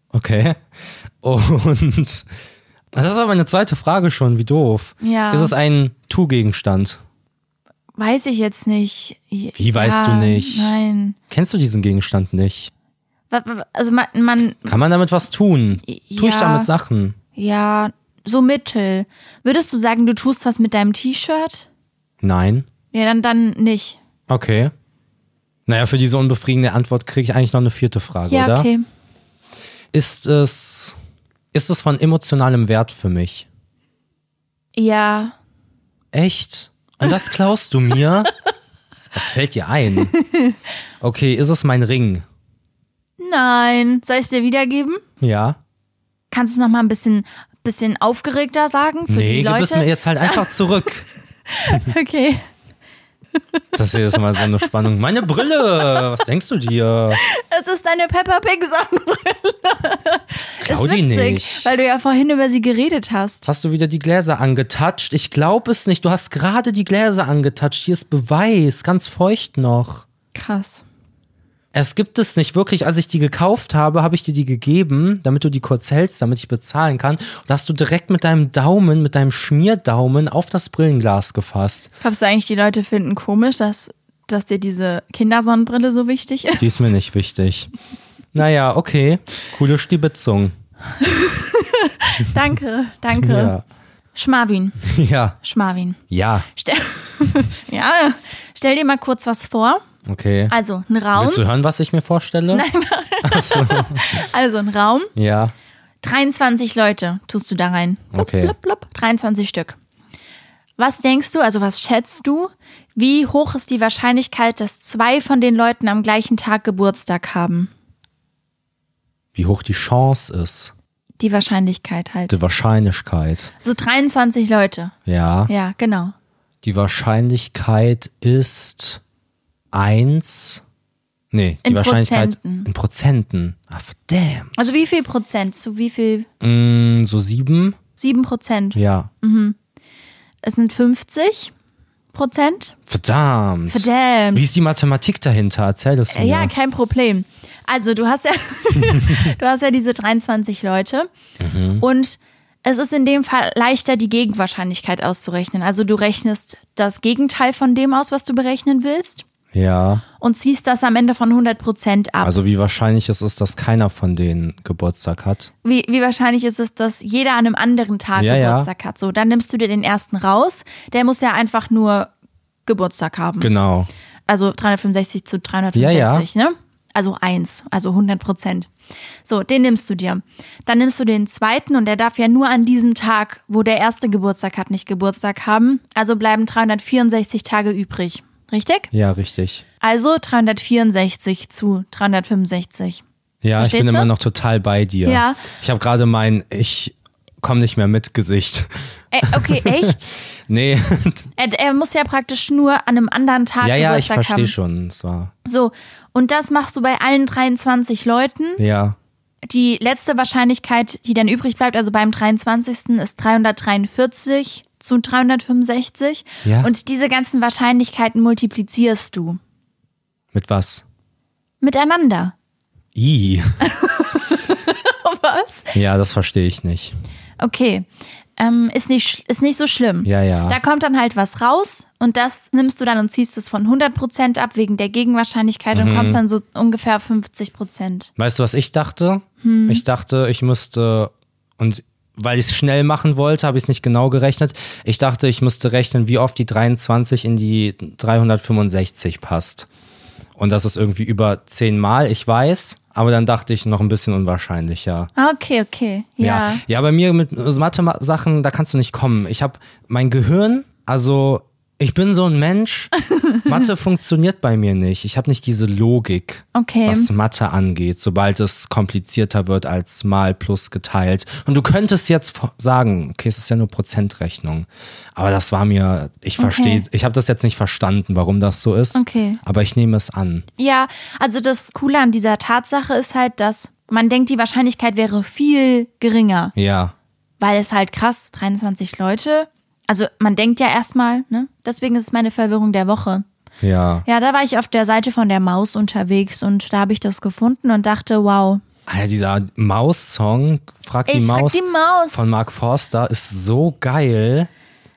Speaker 1: Okay. Und das ist aber eine zweite Frage schon, wie doof.
Speaker 2: Ja.
Speaker 1: Ist es ein Tu-Gegenstand?
Speaker 2: Weiß ich jetzt nicht.
Speaker 1: Wie weißt
Speaker 2: ja,
Speaker 1: du nicht?
Speaker 2: Nein.
Speaker 1: Kennst du diesen Gegenstand nicht?
Speaker 2: Wa- wa- Also man, man
Speaker 1: Kann man damit was tun? Tue ich
Speaker 2: Ja.
Speaker 1: damit Sachen?
Speaker 2: ja, so mittel. Würdest du sagen, du tust was mit deinem T-Shirt?
Speaker 1: Nein.
Speaker 2: Ja, dann, dann nicht.
Speaker 1: Okay. Naja, für diese unbefriedigende Antwort kriege ich eigentlich noch eine vierte Frage,
Speaker 2: Ja,
Speaker 1: oder?
Speaker 2: okay.
Speaker 1: Ist es. Ist es von emotionalem Wert für mich?
Speaker 2: Ja,
Speaker 1: Echt? Und das klaust du
Speaker 2: [laughs]
Speaker 1: mir? Was fällt dir ein? Okay, ist es mein Ring?
Speaker 2: Nein. Soll ich es dir wiedergeben?
Speaker 1: Ja.
Speaker 2: Kannst du es nochmal ein bisschen, bisschen aufgeregter sagen für
Speaker 1: nee,
Speaker 2: die
Speaker 1: gib
Speaker 2: Leute?
Speaker 1: es mir jetzt halt einfach zurück.
Speaker 2: [laughs] Okay.
Speaker 1: Das hier ist mal so eine Spannung. Meine Brille! Was denkst du dir?
Speaker 2: Es ist deine Peppa Pig Sonnenbrille.
Speaker 1: Klau
Speaker 2: ist
Speaker 1: die
Speaker 2: witzig,
Speaker 1: nicht.
Speaker 2: weil du ja vorhin über sie geredet hast.
Speaker 1: Hast du wieder die Gläser angetatscht? Ich glaub es nicht. Du hast gerade die Gläser angetatscht. Hier ist Beweis, ganz feucht noch.
Speaker 2: Krass.
Speaker 1: Es gibt es nicht wirklich. Als ich die gekauft habe, habe ich dir die gegeben, damit du die kurz hältst, damit ich bezahlen kann. Und da hast du direkt mit deinem Daumen, mit deinem Schmierdaumen auf das Brillenglas gefasst.
Speaker 2: Glaubst du eigentlich, die Leute finden komisch, dass, dass dir diese Kindersonnenbrille so wichtig ist?
Speaker 1: Die ist mir nicht wichtig. Naja, okay. Coole Stibitzung.
Speaker 2: danke, danke.
Speaker 1: Ja.
Speaker 2: Schmarwin,
Speaker 1: Ja. [laughs]
Speaker 2: Schmarwin.
Speaker 1: Ja.
Speaker 2: Stell, [laughs] ja, stell dir mal kurz was vor.
Speaker 1: Okay.
Speaker 2: Also, ein Raum.
Speaker 1: Willst du hören, was ich mir vorstelle? Nein.
Speaker 2: Also, ein Raum.
Speaker 1: Ja.
Speaker 2: 23 Leute tust du da rein. Blub,
Speaker 1: Okay.
Speaker 2: Blub, blub, 23 Stück. Was denkst du, also was schätzt du, wie hoch ist die Wahrscheinlichkeit, dass zwei von den Leuten am gleichen Tag Geburtstag haben?
Speaker 1: Wie hoch die Chance ist.
Speaker 2: Die Wahrscheinlichkeit halt.
Speaker 1: Die Wahrscheinlichkeit.
Speaker 2: So 23 Leute.
Speaker 1: Ja.
Speaker 2: Ja, genau.
Speaker 1: Die Wahrscheinlichkeit ist eins. Nee, die
Speaker 2: In
Speaker 1: Wahrscheinlichkeit
Speaker 2: Prozenten.
Speaker 1: in Prozenten. Ah, verdammt.
Speaker 2: Also wie viel Prozent? Zu wie viel?
Speaker 1: Mm, so sieben?
Speaker 2: Sieben Prozent.
Speaker 1: Ja.
Speaker 2: Es sind 50 Prozent.
Speaker 1: Verdammt.
Speaker 2: Verdammt. Äh,
Speaker 1: Wie ist die Mathematik dahinter? Erzähl das mir.
Speaker 2: Ja, kein Problem. [laughs]
Speaker 1: Mhm.
Speaker 2: Also du hast ja, du hast ja diese 23 Leute und Es ist in dem Fall leichter, die Gegenwahrscheinlichkeit auszurechnen. Also du rechnest das Gegenteil von dem aus, was du berechnen willst
Speaker 1: Ja.
Speaker 2: und ziehst das am Ende von 100 Prozent ab.
Speaker 1: Also wie wahrscheinlich es ist, dass keiner von denen Geburtstag hat.
Speaker 2: Wie, wie wahrscheinlich ist es, dass jeder an einem anderen Tag
Speaker 1: Ja, ja.
Speaker 2: Geburtstag hat? So, dann nimmst du dir den ersten raus. Der muss ja einfach nur Geburtstag haben.
Speaker 1: Genau.
Speaker 2: also 365 zu 365, ne? Also eins, also 100 Prozent. So, den nimmst du dir. Dann nimmst du den zweiten und der darf ja nur an diesem Tag, wo der erste Geburtstag hat, nicht Geburtstag haben. Also bleiben 364 Tage übrig. Richtig?
Speaker 1: Ja, richtig.
Speaker 2: Also 364 zu 365.
Speaker 1: Ja, ich
Speaker 2: Verstehst
Speaker 1: bin
Speaker 2: du?
Speaker 1: immer noch total bei dir.
Speaker 2: Ja.
Speaker 1: Ich habe gerade mein Ich komm nicht mehr mit Gesicht. [laughs]
Speaker 2: Ä Äh, okay, echt?
Speaker 1: Nee,
Speaker 2: er, er muss ja praktisch nur an einem anderen Tag
Speaker 1: ja, ja, ich
Speaker 2: Geburtstag
Speaker 1: verstehe
Speaker 2: haben.
Speaker 1: schon. Es war,
Speaker 2: So, und das machst du bei allen 23 Leuten.
Speaker 1: ja,
Speaker 2: Die letzte Wahrscheinlichkeit, die dann übrig bleibt, also beim 23. ist 343 zu 365.
Speaker 1: Ja.
Speaker 2: Und diese ganzen Wahrscheinlichkeiten multiplizierst du
Speaker 1: mit was?
Speaker 2: miteinander.
Speaker 1: I.
Speaker 2: Was?
Speaker 1: Ja, das verstehe ich nicht.
Speaker 2: Okay. Ähm, ist, nicht, sch- ist nicht so schlimm.
Speaker 1: Ja, ja.
Speaker 2: Da kommt dann halt was raus und das nimmst du dann und ziehst es von 100% ab wegen der Gegenwahrscheinlichkeit
Speaker 1: Mhm.
Speaker 2: und kommst dann so ungefähr 50%.
Speaker 1: Weißt du, was ich dachte? Ich dachte, ich müsste und weil ich es schnell machen wollte, habe ich es nicht genau gerechnet. Ich dachte, ich müsste rechnen, wie oft die 23 in die 365 passt. Und das ist irgendwie über 10 Mal, ich weiß. Aber dann dachte ich, noch ein bisschen unwahrscheinlicher.
Speaker 2: Ah, Okay, okay. Ja.
Speaker 1: ja. Ja, bei mir mit Mathe-Sachen, da kannst du nicht kommen. Ich habe mein Gehirn, also ich bin so ein
Speaker 2: [laughs]
Speaker 1: Mensch. Mathe funktioniert bei mir nicht. Ich habe nicht diese Logik,
Speaker 2: Okay.
Speaker 1: was Mathe angeht, sobald es komplizierter wird als mal plus geteilt. Und du könntest jetzt v- sagen, okay, es ist ja nur Prozentrechnung. Aber das war mir, ich verstehe, ich habe das jetzt nicht verstanden, warum das so ist.
Speaker 2: Okay.
Speaker 1: Aber ich nehme es an.
Speaker 2: Ja, also das Coole an dieser Tatsache ist halt, dass man denkt, die Wahrscheinlichkeit wäre viel geringer,
Speaker 1: Ja.
Speaker 2: weil es halt krass, 23 Leute. Also man denkt ja erstmal, ne? Deswegen ist es meine Verwirrung der Woche.
Speaker 1: Ja.
Speaker 2: Ja, da war ich auf der Seite von der Maus unterwegs und da habe ich das gefunden und dachte, wow,
Speaker 1: Alter, dieser Maus-Song, frag die
Speaker 2: ich frag
Speaker 1: Maus.
Speaker 2: die Maus.
Speaker 1: von Mark Forster ist so geil.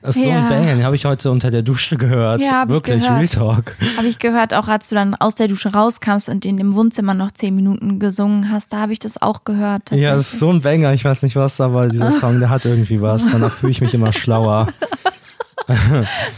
Speaker 1: Ist so ein
Speaker 2: Ja.
Speaker 1: Bang, den habe ich heute unter der Dusche gehört.
Speaker 2: Ja, hab ich
Speaker 1: Wirklich,
Speaker 2: gehört.
Speaker 1: Real Talk.
Speaker 2: Habe ich gehört, auch als du dann aus der Dusche rauskamst und in dem Wohnzimmer noch 10 Minuten gesungen hast, da habe ich das auch gehört.
Speaker 1: Ja, es ist so ein Banger, ich weiß nicht was, aber
Speaker 2: Ah.
Speaker 1: dieser Song, der hat irgendwie was. Danach fühle ich mich immer schlauer.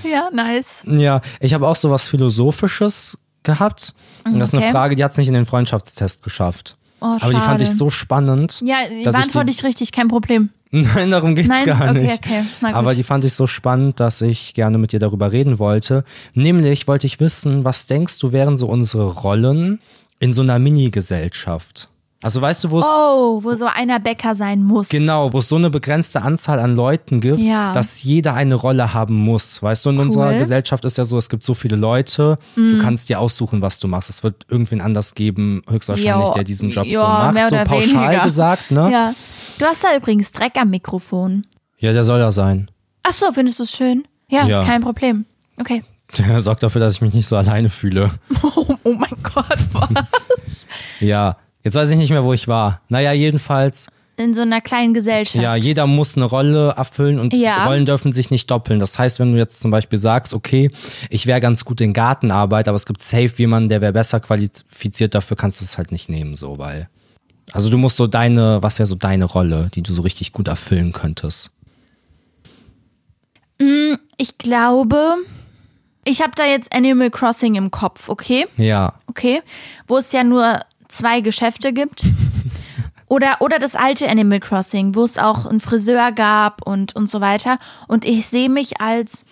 Speaker 2: ja nice.
Speaker 1: Ja, ich habe auch so was Philosophisches gehabt. Und das ist eine
Speaker 2: Mhm, Okay.
Speaker 1: Frage, die hat es nicht in den Freundschaftstest geschafft.
Speaker 2: Oh,
Speaker 1: aber die fand
Speaker 2: schade.
Speaker 1: ich so spannend.
Speaker 2: Ja, die
Speaker 1: dass ich
Speaker 2: beantworte ich richtig, kein Problem.
Speaker 1: [laughs] Nein, darum geht's
Speaker 2: Nein?
Speaker 1: gar
Speaker 2: Okay,
Speaker 1: nicht.
Speaker 2: okay. Na gut.
Speaker 1: Aber die fand ich so spannend, dass ich gerne mit dir darüber reden wollte. Nämlich wollte ich wissen, was denkst du, wären so unsere Rollen in so einer Mini-Gesellschaft? Also weißt du, wo es
Speaker 2: Oh, wo so einer Bäcker sein muss.
Speaker 1: genau, wo es so eine begrenzte Anzahl an Leuten gibt,
Speaker 2: Ja.
Speaker 1: dass jeder eine Rolle haben muss. Weißt du, in unserer Gesellschaft ist ja so, es gibt so viele Leute,
Speaker 2: Mhm.
Speaker 1: du kannst dir aussuchen, was du machst. Es wird irgendwen anders geben, höchstwahrscheinlich,
Speaker 2: Jo.
Speaker 1: der diesen Job
Speaker 2: Jo,
Speaker 1: so macht,
Speaker 2: mehr
Speaker 1: so
Speaker 2: oder
Speaker 1: pauschal
Speaker 2: weniger.
Speaker 1: gesagt, ne?
Speaker 2: Ja. Du hast da übrigens Dreck am Mikrofon.
Speaker 1: ja, der soll ja sein. [laughs]
Speaker 2: Ach so, findest du es schön? Ja,
Speaker 1: Ja.
Speaker 2: Ist kein Problem.
Speaker 1: [laughs]
Speaker 2: Okay.
Speaker 1: Der sorgt dafür, dass ich mich nicht so alleine fühle.
Speaker 2: Oh, oh mein Gott, was?
Speaker 1: Ja, jetzt weiß ich nicht mehr, wo ich war. Naja, jedenfalls,
Speaker 2: In so einer kleinen Gesellschaft.
Speaker 1: ja, jeder muss eine Rolle erfüllen und
Speaker 2: Ja.
Speaker 1: Rollen dürfen sich nicht doppeln. Das heißt, wenn du jetzt zum Beispiel sagst, okay, ich wäre ganz gut in Gartenarbeit, aber es gibt safe jemanden, der wäre besser qualifiziert, dafür kannst du es halt nicht nehmen, so, weil. Also du musst so deine, was wäre so deine Rolle, die du so richtig gut erfüllen könntest?
Speaker 2: Ich glaube, ich habe da jetzt Animal Crossing im Kopf, okay?
Speaker 1: Ja,
Speaker 2: Okay. Wo es ja nur zwei Geschäfte gibt. Oder, oder das alte Animal Crossing, wo es auch einen Friseur gab und, und so weiter. Und ich sehe mich als,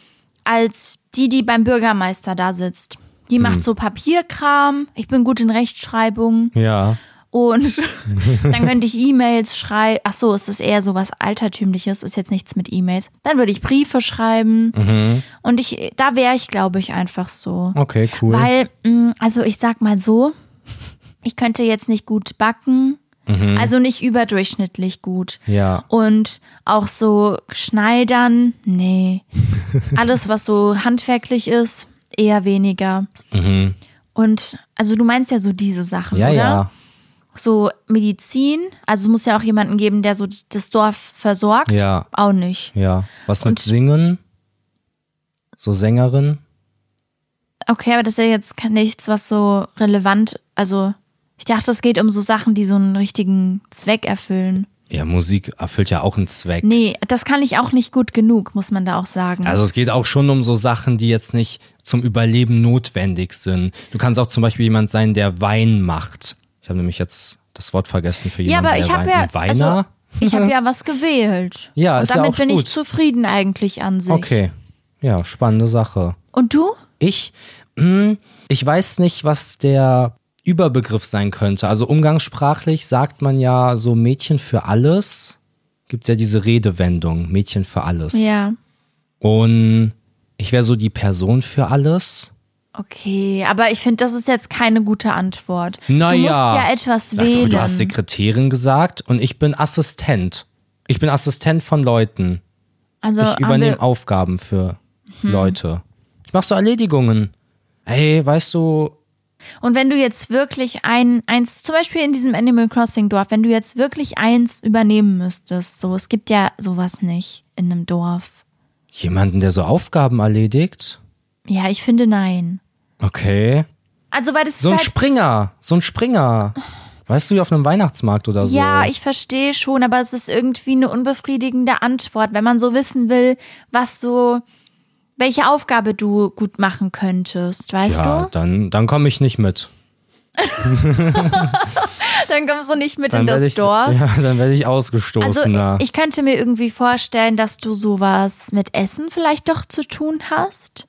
Speaker 2: als die, die beim Bürgermeister da sitzt. Die macht so Papierkram. Ich bin gut in Rechtschreibung.
Speaker 1: ja.
Speaker 2: Und dann könnte ich E-Mails schreiben. Ach so, es ist eher so was Altertümliches, ist jetzt nichts mit E-Mails. Dann würde ich Briefe schreiben. Und ich, da wäre ich, glaube ich, einfach so.
Speaker 1: Okay, cool.
Speaker 2: Weil, mh, also ich sag mal so, ich könnte jetzt nicht gut backen. Also nicht überdurchschnittlich gut.
Speaker 1: Mhm. Ja.
Speaker 2: Und auch so Schneidern,
Speaker 1: [laughs]
Speaker 2: nee. Alles, was so handwerklich ist, eher weniger. Und also du meinst ja so diese Sachen,
Speaker 1: Mhm. ja,
Speaker 2: oder?
Speaker 1: ja.
Speaker 2: so Medizin, also es muss ja auch jemanden geben, der so das Dorf versorgt.
Speaker 1: Ja.
Speaker 2: Auch nicht.
Speaker 1: Ja. Was mit
Speaker 2: Und-
Speaker 1: Singen? So Sängerin?
Speaker 2: Okay, aber das ist ja jetzt kein- nichts, was so relevant, also ich dachte, es geht um so Sachen, die so einen richtigen Zweck erfüllen.
Speaker 1: Ja, Musik erfüllt ja auch einen Zweck.
Speaker 2: Nee, das kann ich auch nicht gut genug, muss man da auch sagen.
Speaker 1: Also es geht auch schon um so Sachen, die jetzt nicht zum Überleben notwendig sind. Du kannst auch zum Beispiel jemand sein, der Wein macht. Ich habe nämlich jetzt das Wort vergessen für
Speaker 2: ja,
Speaker 1: jemanden,
Speaker 2: aber
Speaker 1: der
Speaker 2: ich habe
Speaker 1: Wein,
Speaker 2: ja,
Speaker 1: ein Weiner.
Speaker 2: also, ich habe ja was gewählt.
Speaker 1: Ja,
Speaker 2: Und
Speaker 1: ist ja
Speaker 2: damit
Speaker 1: auch
Speaker 2: bin
Speaker 1: gut.
Speaker 2: ich zufrieden eigentlich an sich.
Speaker 1: okay. Ja, spannende Sache.
Speaker 2: Und du?
Speaker 1: Ich, hm, ich weiß nicht, was der Überbegriff sein könnte. Also umgangssprachlich sagt man ja so Mädchen für alles. Gibt ja diese Redewendung, Mädchen für alles.
Speaker 2: Ja.
Speaker 1: Und ich wäre so die Person für alles.
Speaker 2: Okay, aber ich finde, das ist jetzt keine gute Antwort.
Speaker 1: Naja.
Speaker 2: Du musst ja etwas
Speaker 1: Ach, aber
Speaker 2: wählen.
Speaker 1: Du hast Sekretärin gesagt und ich bin Assistent. Ich bin Assistent von Leuten.
Speaker 2: also
Speaker 1: Ich
Speaker 2: haben
Speaker 1: übernehme
Speaker 2: wir- Hm.
Speaker 1: Aufgaben für Leute. Ich mach so Erledigungen. Hey, weißt du,
Speaker 2: Und wenn du jetzt wirklich ein, eins, zum Beispiel in diesem Animal Crossing Dorf, wenn du jetzt wirklich eins übernehmen müsstest, so, es gibt ja sowas nicht in einem Dorf.
Speaker 1: jemanden, der so Aufgaben erledigt?
Speaker 2: Ja, ich finde nein.
Speaker 1: Okay.
Speaker 2: Also, weil das
Speaker 1: So ein
Speaker 2: ist halt,
Speaker 1: Springer, so ein Springer. Weißt du, wie auf einem Weihnachtsmarkt oder so.
Speaker 2: ja, ich verstehe schon, aber es ist irgendwie eine unbefriedigende Antwort, wenn man so wissen will, was so, welche Aufgabe du gut machen könntest, weißt
Speaker 1: ja,
Speaker 2: du? [laughs]
Speaker 1: dann, dann komme ich nicht mit.
Speaker 2: Dann kommst du nicht mit
Speaker 1: Dann
Speaker 2: in das
Speaker 1: werde ich, [laughs]
Speaker 2: Dorf.
Speaker 1: Ja, dann werde ich
Speaker 2: Also
Speaker 1: ausgestoßen. da.
Speaker 2: ich könnte mir irgendwie vorstellen, dass du sowas mit Essen vielleicht doch zu tun hast.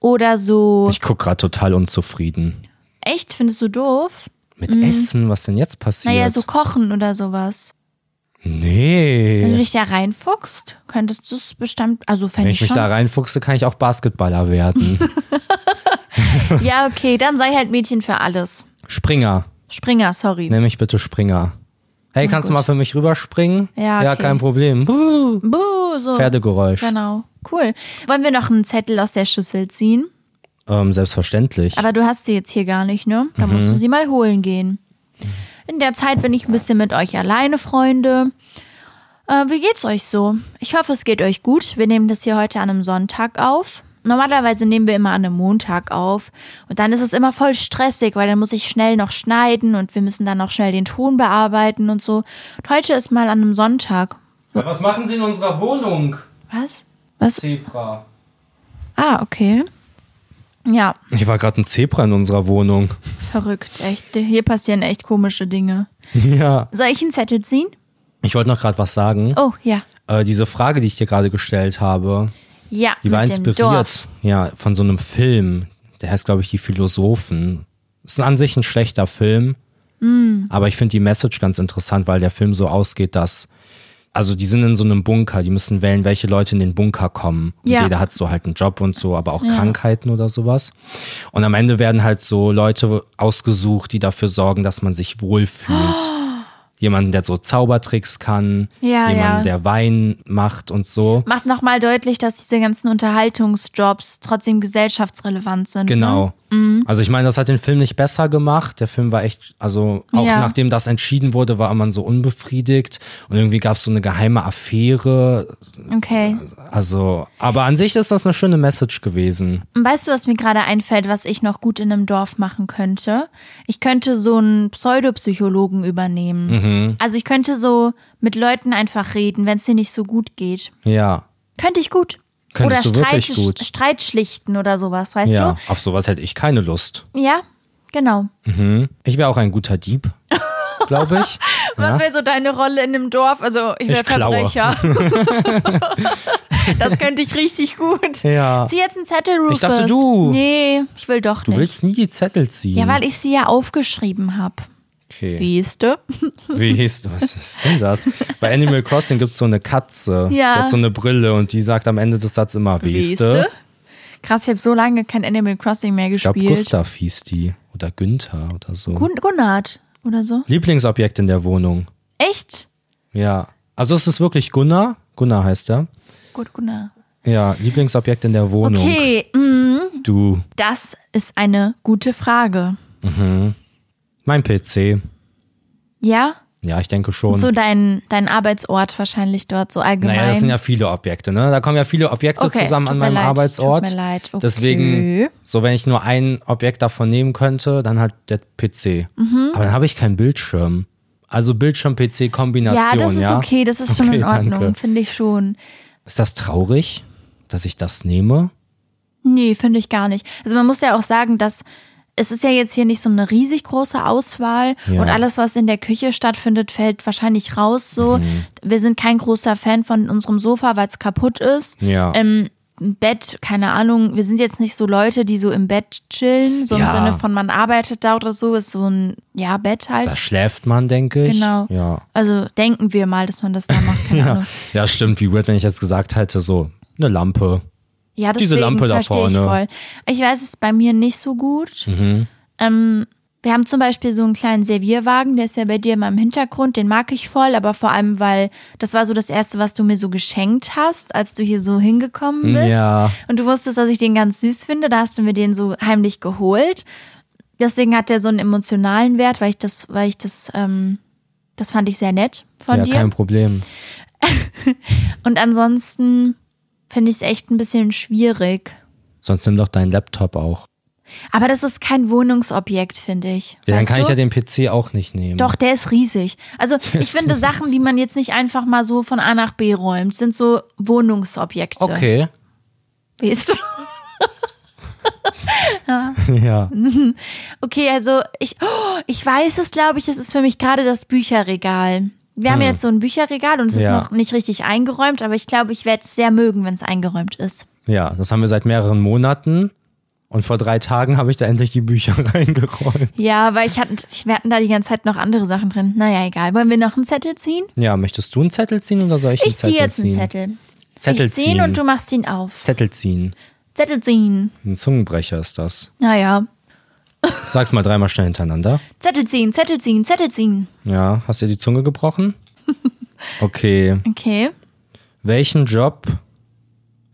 Speaker 2: Oder so.
Speaker 1: ich gucke gerade total unzufrieden.
Speaker 2: echt, findest du doof?
Speaker 1: Mit Essen, was denn jetzt passiert?
Speaker 2: Mhm. Naja, so kochen oder sowas.
Speaker 1: nee.
Speaker 2: Wenn du dich da reinfuchst, könntest du es bestimmt. Also fände
Speaker 1: Wenn
Speaker 2: ich
Speaker 1: ich mich
Speaker 2: schon.
Speaker 1: da reinfuchse, kann ich auch Basketballer
Speaker 2: [laughs]
Speaker 1: werden.
Speaker 2: ja, okay, dann sei halt Mädchen für alles.
Speaker 1: Springer.
Speaker 2: Springer, sorry.
Speaker 1: Nenn mich bitte Springer. Hey, kannst du mal für mich rüberspringen?
Speaker 2: Ja,
Speaker 1: Ja,
Speaker 2: okay.
Speaker 1: kein Problem. Buh,
Speaker 2: Buh, so.
Speaker 1: Pferdegeräusch.
Speaker 2: Genau. Cool. Wollen wir noch einen Zettel aus der Schüssel ziehen?
Speaker 1: Ähm, selbstverständlich.
Speaker 2: Aber du hast sie jetzt hier gar nicht, ne? Da musst du sie mal holen gehen. In der Zeit bin ich ein bisschen mit euch alleine, Freunde. Äh, wie geht's euch so? Ich hoffe, es geht euch gut. Wir nehmen das hier heute an einem Sonntag auf. Normalerweise nehmen wir immer an einem Montag auf. Und dann ist es immer voll stressig, weil dann muss ich schnell noch schneiden und wir müssen dann noch schnell den Ton bearbeiten und so. Und heute ist mal an einem Sonntag.
Speaker 1: was machen Sie in unserer Wohnung,
Speaker 2: Was? Was?
Speaker 1: Zebra?
Speaker 2: Ah, okay. Ja,
Speaker 1: Ich war gerade ein Zebra in unserer Wohnung.
Speaker 2: verrückt, echt. Hier passieren echt komische Dinge.
Speaker 1: ja.
Speaker 2: Soll ich einen Zettel ziehen?
Speaker 1: Ich wollte noch gerade was sagen.
Speaker 2: Oh, ja.
Speaker 1: Äh, diese Frage, die ich dir gerade gestellt habe,
Speaker 2: Ja,
Speaker 1: die war
Speaker 2: mit
Speaker 1: inspiriert
Speaker 2: Dem Dorf.
Speaker 1: ja, von so einem Film. Der heißt, glaube ich, Die Philosophen. Ist an sich ein schlechter Film.
Speaker 2: Mm.
Speaker 1: Aber ich finde die Message ganz interessant, weil der Film so ausgeht, dass. Also die sind in so einem Bunker, die müssen wählen, welche Leute in den Bunker kommen. Und
Speaker 2: Ja.
Speaker 1: Jeder hat so halt einen Job und so, aber auch Krankheiten oder sowas. Und am Ende werden halt so Leute ausgesucht, die dafür sorgen, dass man sich wohlfühlt.
Speaker 2: [gasps]
Speaker 1: Jemanden, der so Zaubertricks kann,
Speaker 2: Ja,
Speaker 1: jemanden,
Speaker 2: ja.
Speaker 1: der Wein macht und so.
Speaker 2: Macht nochmal deutlich, dass diese ganzen Unterhaltungsjobs trotzdem gesellschaftsrelevant sind. Ne?
Speaker 1: Genau. Also ich meine, das hat den Film nicht besser gemacht. Der Film war echt, also auch
Speaker 2: Ja.
Speaker 1: nachdem das entschieden wurde, war man so unbefriedigt und irgendwie gab es so eine geheime Affäre.
Speaker 2: Okay.
Speaker 1: Also, aber an sich ist das eine schöne Message gewesen.
Speaker 2: Und weißt du, was mir gerade einfällt, was ich noch gut in einem Dorf machen könnte? Ich könnte so einen Pseudopsychologen übernehmen.
Speaker 1: Mhm.
Speaker 2: Also ich könnte so mit Leuten einfach reden, wenn es dir nicht so gut geht.
Speaker 1: Ja.
Speaker 2: Könnte ich gut.
Speaker 1: Könntest
Speaker 2: oder
Speaker 1: du wirklich
Speaker 2: Streit,
Speaker 1: gut.
Speaker 2: Streit schlichten oder sowas, weißt
Speaker 1: Ja. Auf sowas hätte ich keine Lust.
Speaker 2: du? Ja, genau.
Speaker 1: Ich wäre auch ein guter Dieb, glaube
Speaker 2: [laughs]
Speaker 1: ich.
Speaker 2: Was wäre so deine Rolle in einem Dorf? Also ich wäre
Speaker 1: Ich klaue. [laughs]
Speaker 2: Verbrecher. [laughs] das könnte ich richtig gut.
Speaker 1: Ja.
Speaker 2: Zieh jetzt einen Zettel, Rufus.
Speaker 1: Ich dachte, du.
Speaker 2: Nee, ich will doch
Speaker 1: Du
Speaker 2: nicht.
Speaker 1: willst nie die Zettel ziehen.
Speaker 2: Ja, weil ich sie ja aufgeschrieben habe.
Speaker 1: okay.
Speaker 2: Siehst du?
Speaker 1: Wie hieß das? Was ist denn das? Bei Animal Crossing gibt es so eine Katze.
Speaker 2: Ja.
Speaker 1: Die hat so eine Brille und die sagt am Ende des Satzes immer,
Speaker 2: Siehst
Speaker 1: Weste.
Speaker 2: du? Krass, ich habe so lange kein Animal Crossing mehr
Speaker 1: Ich glaube,
Speaker 2: gespielt.
Speaker 1: Gustav hieß die. Oder Günther oder so.
Speaker 2: Gun Gunnard oder so.
Speaker 1: Lieblingsobjekt in der Wohnung.
Speaker 2: Echt?
Speaker 1: Ja. Also es ist wirklich Gunnar. Gunnar heißt er.
Speaker 2: Gut, Gunnar.
Speaker 1: Ja, Lieblingsobjekt in der Wohnung.
Speaker 2: Okay, mm,
Speaker 1: Du.
Speaker 2: das ist eine gute Frage.
Speaker 1: Mein PC.
Speaker 2: Ja?
Speaker 1: Ja, ich denke schon.
Speaker 2: So dein, dein Arbeitsort wahrscheinlich dort, so allgemein.
Speaker 1: naja, das sind ja viele Objekte, ne? Da kommen ja viele Objekte
Speaker 2: Okay,
Speaker 1: zusammen an
Speaker 2: tut mir
Speaker 1: meinem
Speaker 2: leid,
Speaker 1: Arbeitsort.
Speaker 2: tut mir leid, okay.
Speaker 1: Deswegen, so wenn ich nur ein Objekt davon nehmen könnte, dann halt der PC.
Speaker 2: Mhm.
Speaker 1: Aber dann habe ich keinen Bildschirm. Also Bildschirm-PC-Kombination, ja?
Speaker 2: ja, das ist okay, das ist schon
Speaker 1: Okay,
Speaker 2: in Ordnung,
Speaker 1: danke.
Speaker 2: finde ich schon.
Speaker 1: Ist das traurig, dass ich das nehme?
Speaker 2: Nee, finde ich gar nicht. Also man muss ja auch sagen, dass es ist ja jetzt hier nicht so eine riesig große Auswahl
Speaker 1: Ja.
Speaker 2: und alles, was in der Küche stattfindet, fällt wahrscheinlich raus. So,
Speaker 1: Mhm.
Speaker 2: wir sind kein großer Fan von unserem Sofa, weil es kaputt ist.
Speaker 1: Ja.
Speaker 2: Ähm, ein Bett, keine Ahnung, wir sind jetzt nicht so Leute, die so im Bett chillen, so im
Speaker 1: Ja.
Speaker 2: Sinne von man arbeitet da oder so, ist so ein ja, Bett halt.
Speaker 1: Da schläft man, denke ich.
Speaker 2: Genau.
Speaker 1: Ja.
Speaker 2: Also denken wir mal, dass man das da macht, keine Ahnung.
Speaker 1: [laughs] Ja, stimmt. Wie weird, wenn ich jetzt gesagt hätte, so eine Lampe.
Speaker 2: Ja,
Speaker 1: Diese
Speaker 2: deswegen
Speaker 1: Lampe da
Speaker 2: verstehe ich voll.
Speaker 1: vorne. Mhm.
Speaker 2: Ich weiß es ist bei mir nicht so gut. Ähm, wir haben zum Beispiel so einen kleinen Servierwagen, der ist ja bei dir immer im Hintergrund, den mag ich voll, aber vor allem, weil das war so das Erste, was du mir so geschenkt hast, als du hier so hingekommen bist.
Speaker 1: Ja.
Speaker 2: Und du wusstest, dass ich den ganz süß finde, da hast du mir den so heimlich geholt. Deswegen hat der so einen emotionalen Wert, weil ich das, weil ich das, ähm, das fand ich sehr nett von
Speaker 1: ja,
Speaker 2: dir.
Speaker 1: kein Problem.
Speaker 2: Und ansonsten finde ich es echt ein bisschen schwierig.
Speaker 1: Sonst nimm doch deinen Laptop auch.
Speaker 2: Aber das ist kein Wohnungsobjekt, finde ich.
Speaker 1: Ja, dann
Speaker 2: Weißt
Speaker 1: kann
Speaker 2: du?
Speaker 1: ich ja den PC auch nicht nehmen.
Speaker 2: Doch, der ist riesig.
Speaker 1: [laughs]
Speaker 2: Also ich finde Sachen, die man jetzt nicht einfach mal so von A nach B räumt, sind so Wohnungsobjekte.
Speaker 1: Okay.
Speaker 2: Weißt du?
Speaker 1: [laughs] Ja.
Speaker 2: Mhm. Okay, also ich, oh, ich weiß es, glaube ich, es ist für mich gerade das Bücherregal. Wir haben jetzt so ein Bücherregal und es
Speaker 1: Hm. Ja.
Speaker 2: ist noch nicht richtig eingeräumt, aber ich glaube, ich werde es sehr mögen, wenn es eingeräumt ist.
Speaker 1: Ja, das haben wir seit mehreren Monaten. Und vor drei Tagen habe ich da endlich die Bücher [laughs] reingeräumt.
Speaker 2: Ja, weil ich hatten, wir hatten da die ganze Zeit noch andere Sachen drin. Naja, egal. Wollen wir noch einen Zettel ziehen?
Speaker 1: Ja, möchtest du einen Zettel ziehen oder soll ich, einen
Speaker 2: Ich
Speaker 1: Zettel
Speaker 2: ziehe jetzt einen
Speaker 1: ziehen?
Speaker 2: Zettel.
Speaker 1: Zettel
Speaker 2: ich ziehe ihn
Speaker 1: ziehen.
Speaker 2: und du machst ihn auf.
Speaker 1: Zettel ziehen.
Speaker 2: Zettel ziehen.
Speaker 1: Ein Zungenbrecher ist das.
Speaker 2: Naja.
Speaker 1: Sag's mal dreimal schnell hintereinander.
Speaker 2: Zettel ziehen, Zettel ziehen, Zettel ziehen.
Speaker 1: Ja, hast dir die Zunge
Speaker 2: [laughs]
Speaker 1: gebrochen? Okay.
Speaker 2: Okay.
Speaker 1: Welchen Job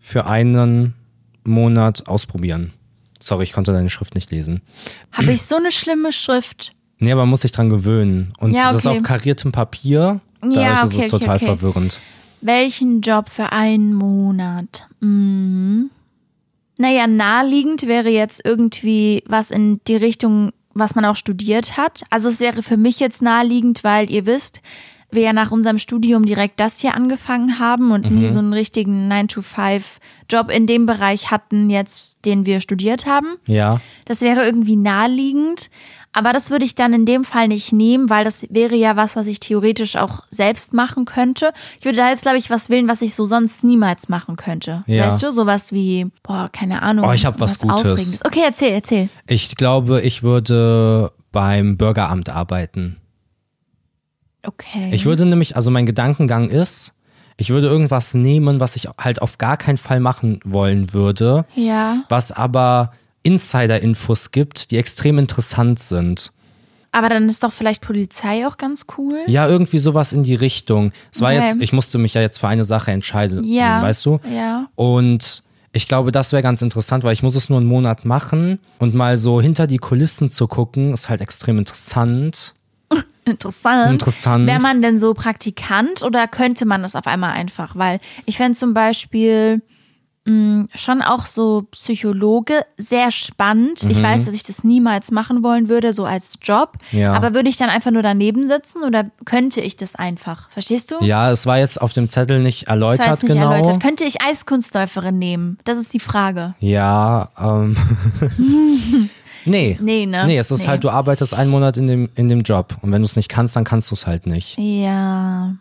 Speaker 1: für einen Monat ausprobieren? Sorry, ich konnte deine Schrift nicht lesen.
Speaker 2: Habe ich so eine schlimme Schrift?
Speaker 1: Nee, aber man muss sich dran gewöhnen. Und
Speaker 2: Ja,
Speaker 1: das
Speaker 2: okay.
Speaker 1: auf kariertem Papier, dadurch
Speaker 2: Ja,
Speaker 1: ist
Speaker 2: okay,
Speaker 1: es
Speaker 2: okay,
Speaker 1: total
Speaker 2: okay.
Speaker 1: verwirrend.
Speaker 2: Welchen Job für einen Monat? Hm. Naja, naheliegend wäre jetzt irgendwie was in die Richtung, was man auch studiert hat. Also es wäre für mich jetzt naheliegend, weil ihr wisst, wir ja nach unserem Studium direkt das hier angefangen haben und nie so einen richtigen 9-to-5-Job in dem Bereich hatten, jetzt den wir studiert haben.
Speaker 1: Ja,
Speaker 2: Das wäre irgendwie naheliegend. Aber das würde ich dann in dem Fall nicht nehmen, weil das wäre ja was, was ich theoretisch auch selbst machen könnte. Ich würde da jetzt, glaube ich, was wählen, was ich so sonst niemals machen könnte.
Speaker 1: Ja.
Speaker 2: Weißt du, sowas wie, boah, keine Ahnung.
Speaker 1: Oh, ich hab was Gutes.
Speaker 2: Aufregendes. Okay, erzähl, erzähl.
Speaker 1: ich glaube, ich würde beim Bürgeramt arbeiten.
Speaker 2: Okay.
Speaker 1: Ich würde nämlich, also mein Gedankengang ist, ich würde irgendwas nehmen, was ich halt auf gar keinen Fall machen wollen würde,
Speaker 2: ja.
Speaker 1: was aber Insider-Infos gibt, die extrem interessant sind.
Speaker 2: Aber dann ist doch vielleicht Polizei auch ganz cool.
Speaker 1: Ja, irgendwie sowas in die Richtung. Es war
Speaker 2: Okay.
Speaker 1: jetzt, ich musste mich ja jetzt für eine Sache entscheiden,
Speaker 2: Ja.
Speaker 1: weißt du?
Speaker 2: Ja.
Speaker 1: Und ich glaube, das wäre ganz interessant, weil ich muss es nur einen Monat machen und mal so hinter die Kulissen zu gucken, ist halt extrem interessant.
Speaker 2: Interessant.
Speaker 1: Interessant.
Speaker 2: Wäre man denn so Praktikant oder könnte man das auf einmal einfach? Weil ich fände zum Beispiel mh, schon auch so Psychologe sehr spannend.
Speaker 1: Mhm.
Speaker 2: Ich weiß, dass ich das niemals machen wollen würde, so als Job.
Speaker 1: Ja.
Speaker 2: Aber würde ich dann einfach nur daneben sitzen oder könnte ich das einfach? Verstehst du?
Speaker 1: Ja, es war jetzt auf dem Zettel nicht
Speaker 2: Das war
Speaker 1: erläutert
Speaker 2: jetzt nicht
Speaker 1: genau.
Speaker 2: erläutert. Könnte ich Eiskunstläuferin nehmen? Das ist die Frage.
Speaker 1: Ja, ähm. [laughs] nee.
Speaker 2: [laughs] Nee, ne?
Speaker 1: Nee, es ist
Speaker 2: Nee.
Speaker 1: halt, du arbeitest einen Monat in dem, in dem Job. Und wenn du es nicht kannst, dann kannst du es halt nicht.
Speaker 2: Ja.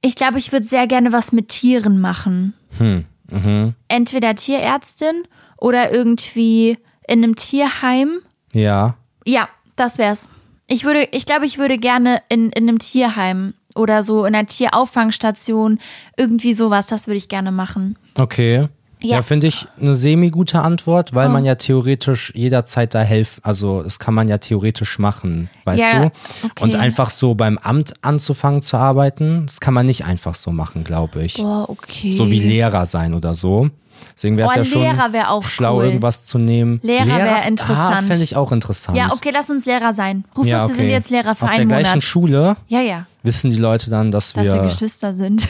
Speaker 2: Ich glaube, ich würde sehr gerne was mit Tieren machen.
Speaker 1: Hm, mhm.
Speaker 2: Entweder Tierärztin oder irgendwie in einem Tierheim.
Speaker 1: Ja.
Speaker 2: Ja, das wär's. Ich würde, ich glaube, ich würde gerne in, in einem Tierheim oder so in einer Tierauffangstation irgendwie sowas, das würde ich gerne machen.
Speaker 1: Okay.
Speaker 2: Ja. Oh.
Speaker 1: Ja, finde ich eine semi-gute Antwort, weil man ja theoretisch jederzeit da helfen, also das kann man ja theoretisch machen, weißt
Speaker 2: Ja,
Speaker 1: du?
Speaker 2: okay.
Speaker 1: Und einfach so beim Amt anzufangen zu arbeiten, das kann man nicht einfach so machen, glaube ich.
Speaker 2: Boah, okay.
Speaker 1: So wie Lehrer sein oder so. Deswegen wäre es
Speaker 2: Oh,
Speaker 1: ja schon
Speaker 2: Lehrer wär auch
Speaker 1: schlau,
Speaker 2: cool.
Speaker 1: irgendwas zu nehmen.
Speaker 2: Lehrer wär interessant.
Speaker 1: Ah, fände ich auch interessant.
Speaker 2: Ja, okay, lass uns Lehrer sein. Rufus,
Speaker 1: Ja,
Speaker 2: wir sind
Speaker 1: okay.
Speaker 2: jetzt Lehrer für
Speaker 1: Auf der
Speaker 2: einen
Speaker 1: gleichen
Speaker 2: Monat.
Speaker 1: Schule
Speaker 2: Ja, ja,
Speaker 1: wissen die Leute dann, dass,
Speaker 2: dass wir
Speaker 1: wir
Speaker 2: Geschwister sind.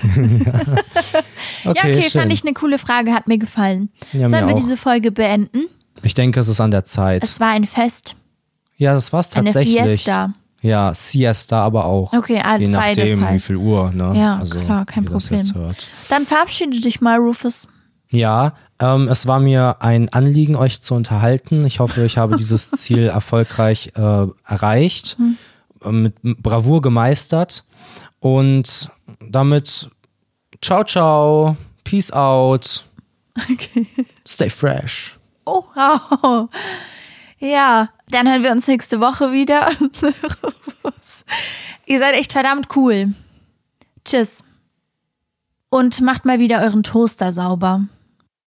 Speaker 1: okay,
Speaker 2: ja, okay,
Speaker 1: schön.
Speaker 2: fand ich eine coole Frage, hat mir gefallen.
Speaker 1: Ja, mir
Speaker 2: Sollen wir
Speaker 1: auch.
Speaker 2: diese Folge beenden?
Speaker 1: Ich denke, es ist an der Zeit.
Speaker 2: Es war ein Fest.
Speaker 1: ja, das war's
Speaker 2: eine
Speaker 1: tatsächlich.
Speaker 2: Fiesta.
Speaker 1: Ja, Siesta aber auch.
Speaker 2: Okay, also
Speaker 1: Je nachdem,
Speaker 2: beides halt.
Speaker 1: wie viel Uhr, ne?
Speaker 2: Ja,
Speaker 1: also,
Speaker 2: klar, kein
Speaker 1: wie ihr Das jetzt
Speaker 2: Problem.
Speaker 1: hört.
Speaker 2: Dann verabschiede dich mal, Rufus. [laughs]
Speaker 1: Ja, ähm, es war mir ein Anliegen, euch zu unterhalten. Ich hoffe, ich habe
Speaker 2: [laughs]
Speaker 1: dieses Ziel erfolgreich äh, erreicht,
Speaker 2: Hm.
Speaker 1: äh, mit Bravour gemeistert. Und damit, ciao, ciao, peace out,
Speaker 2: Okay.
Speaker 1: stay fresh.
Speaker 2: Oh, wow. Ja, dann hören wir uns nächste Woche wieder. [laughs] Rufus. Ihr seid echt verdammt cool. Tschüss. Und macht mal wieder euren Toaster sauber.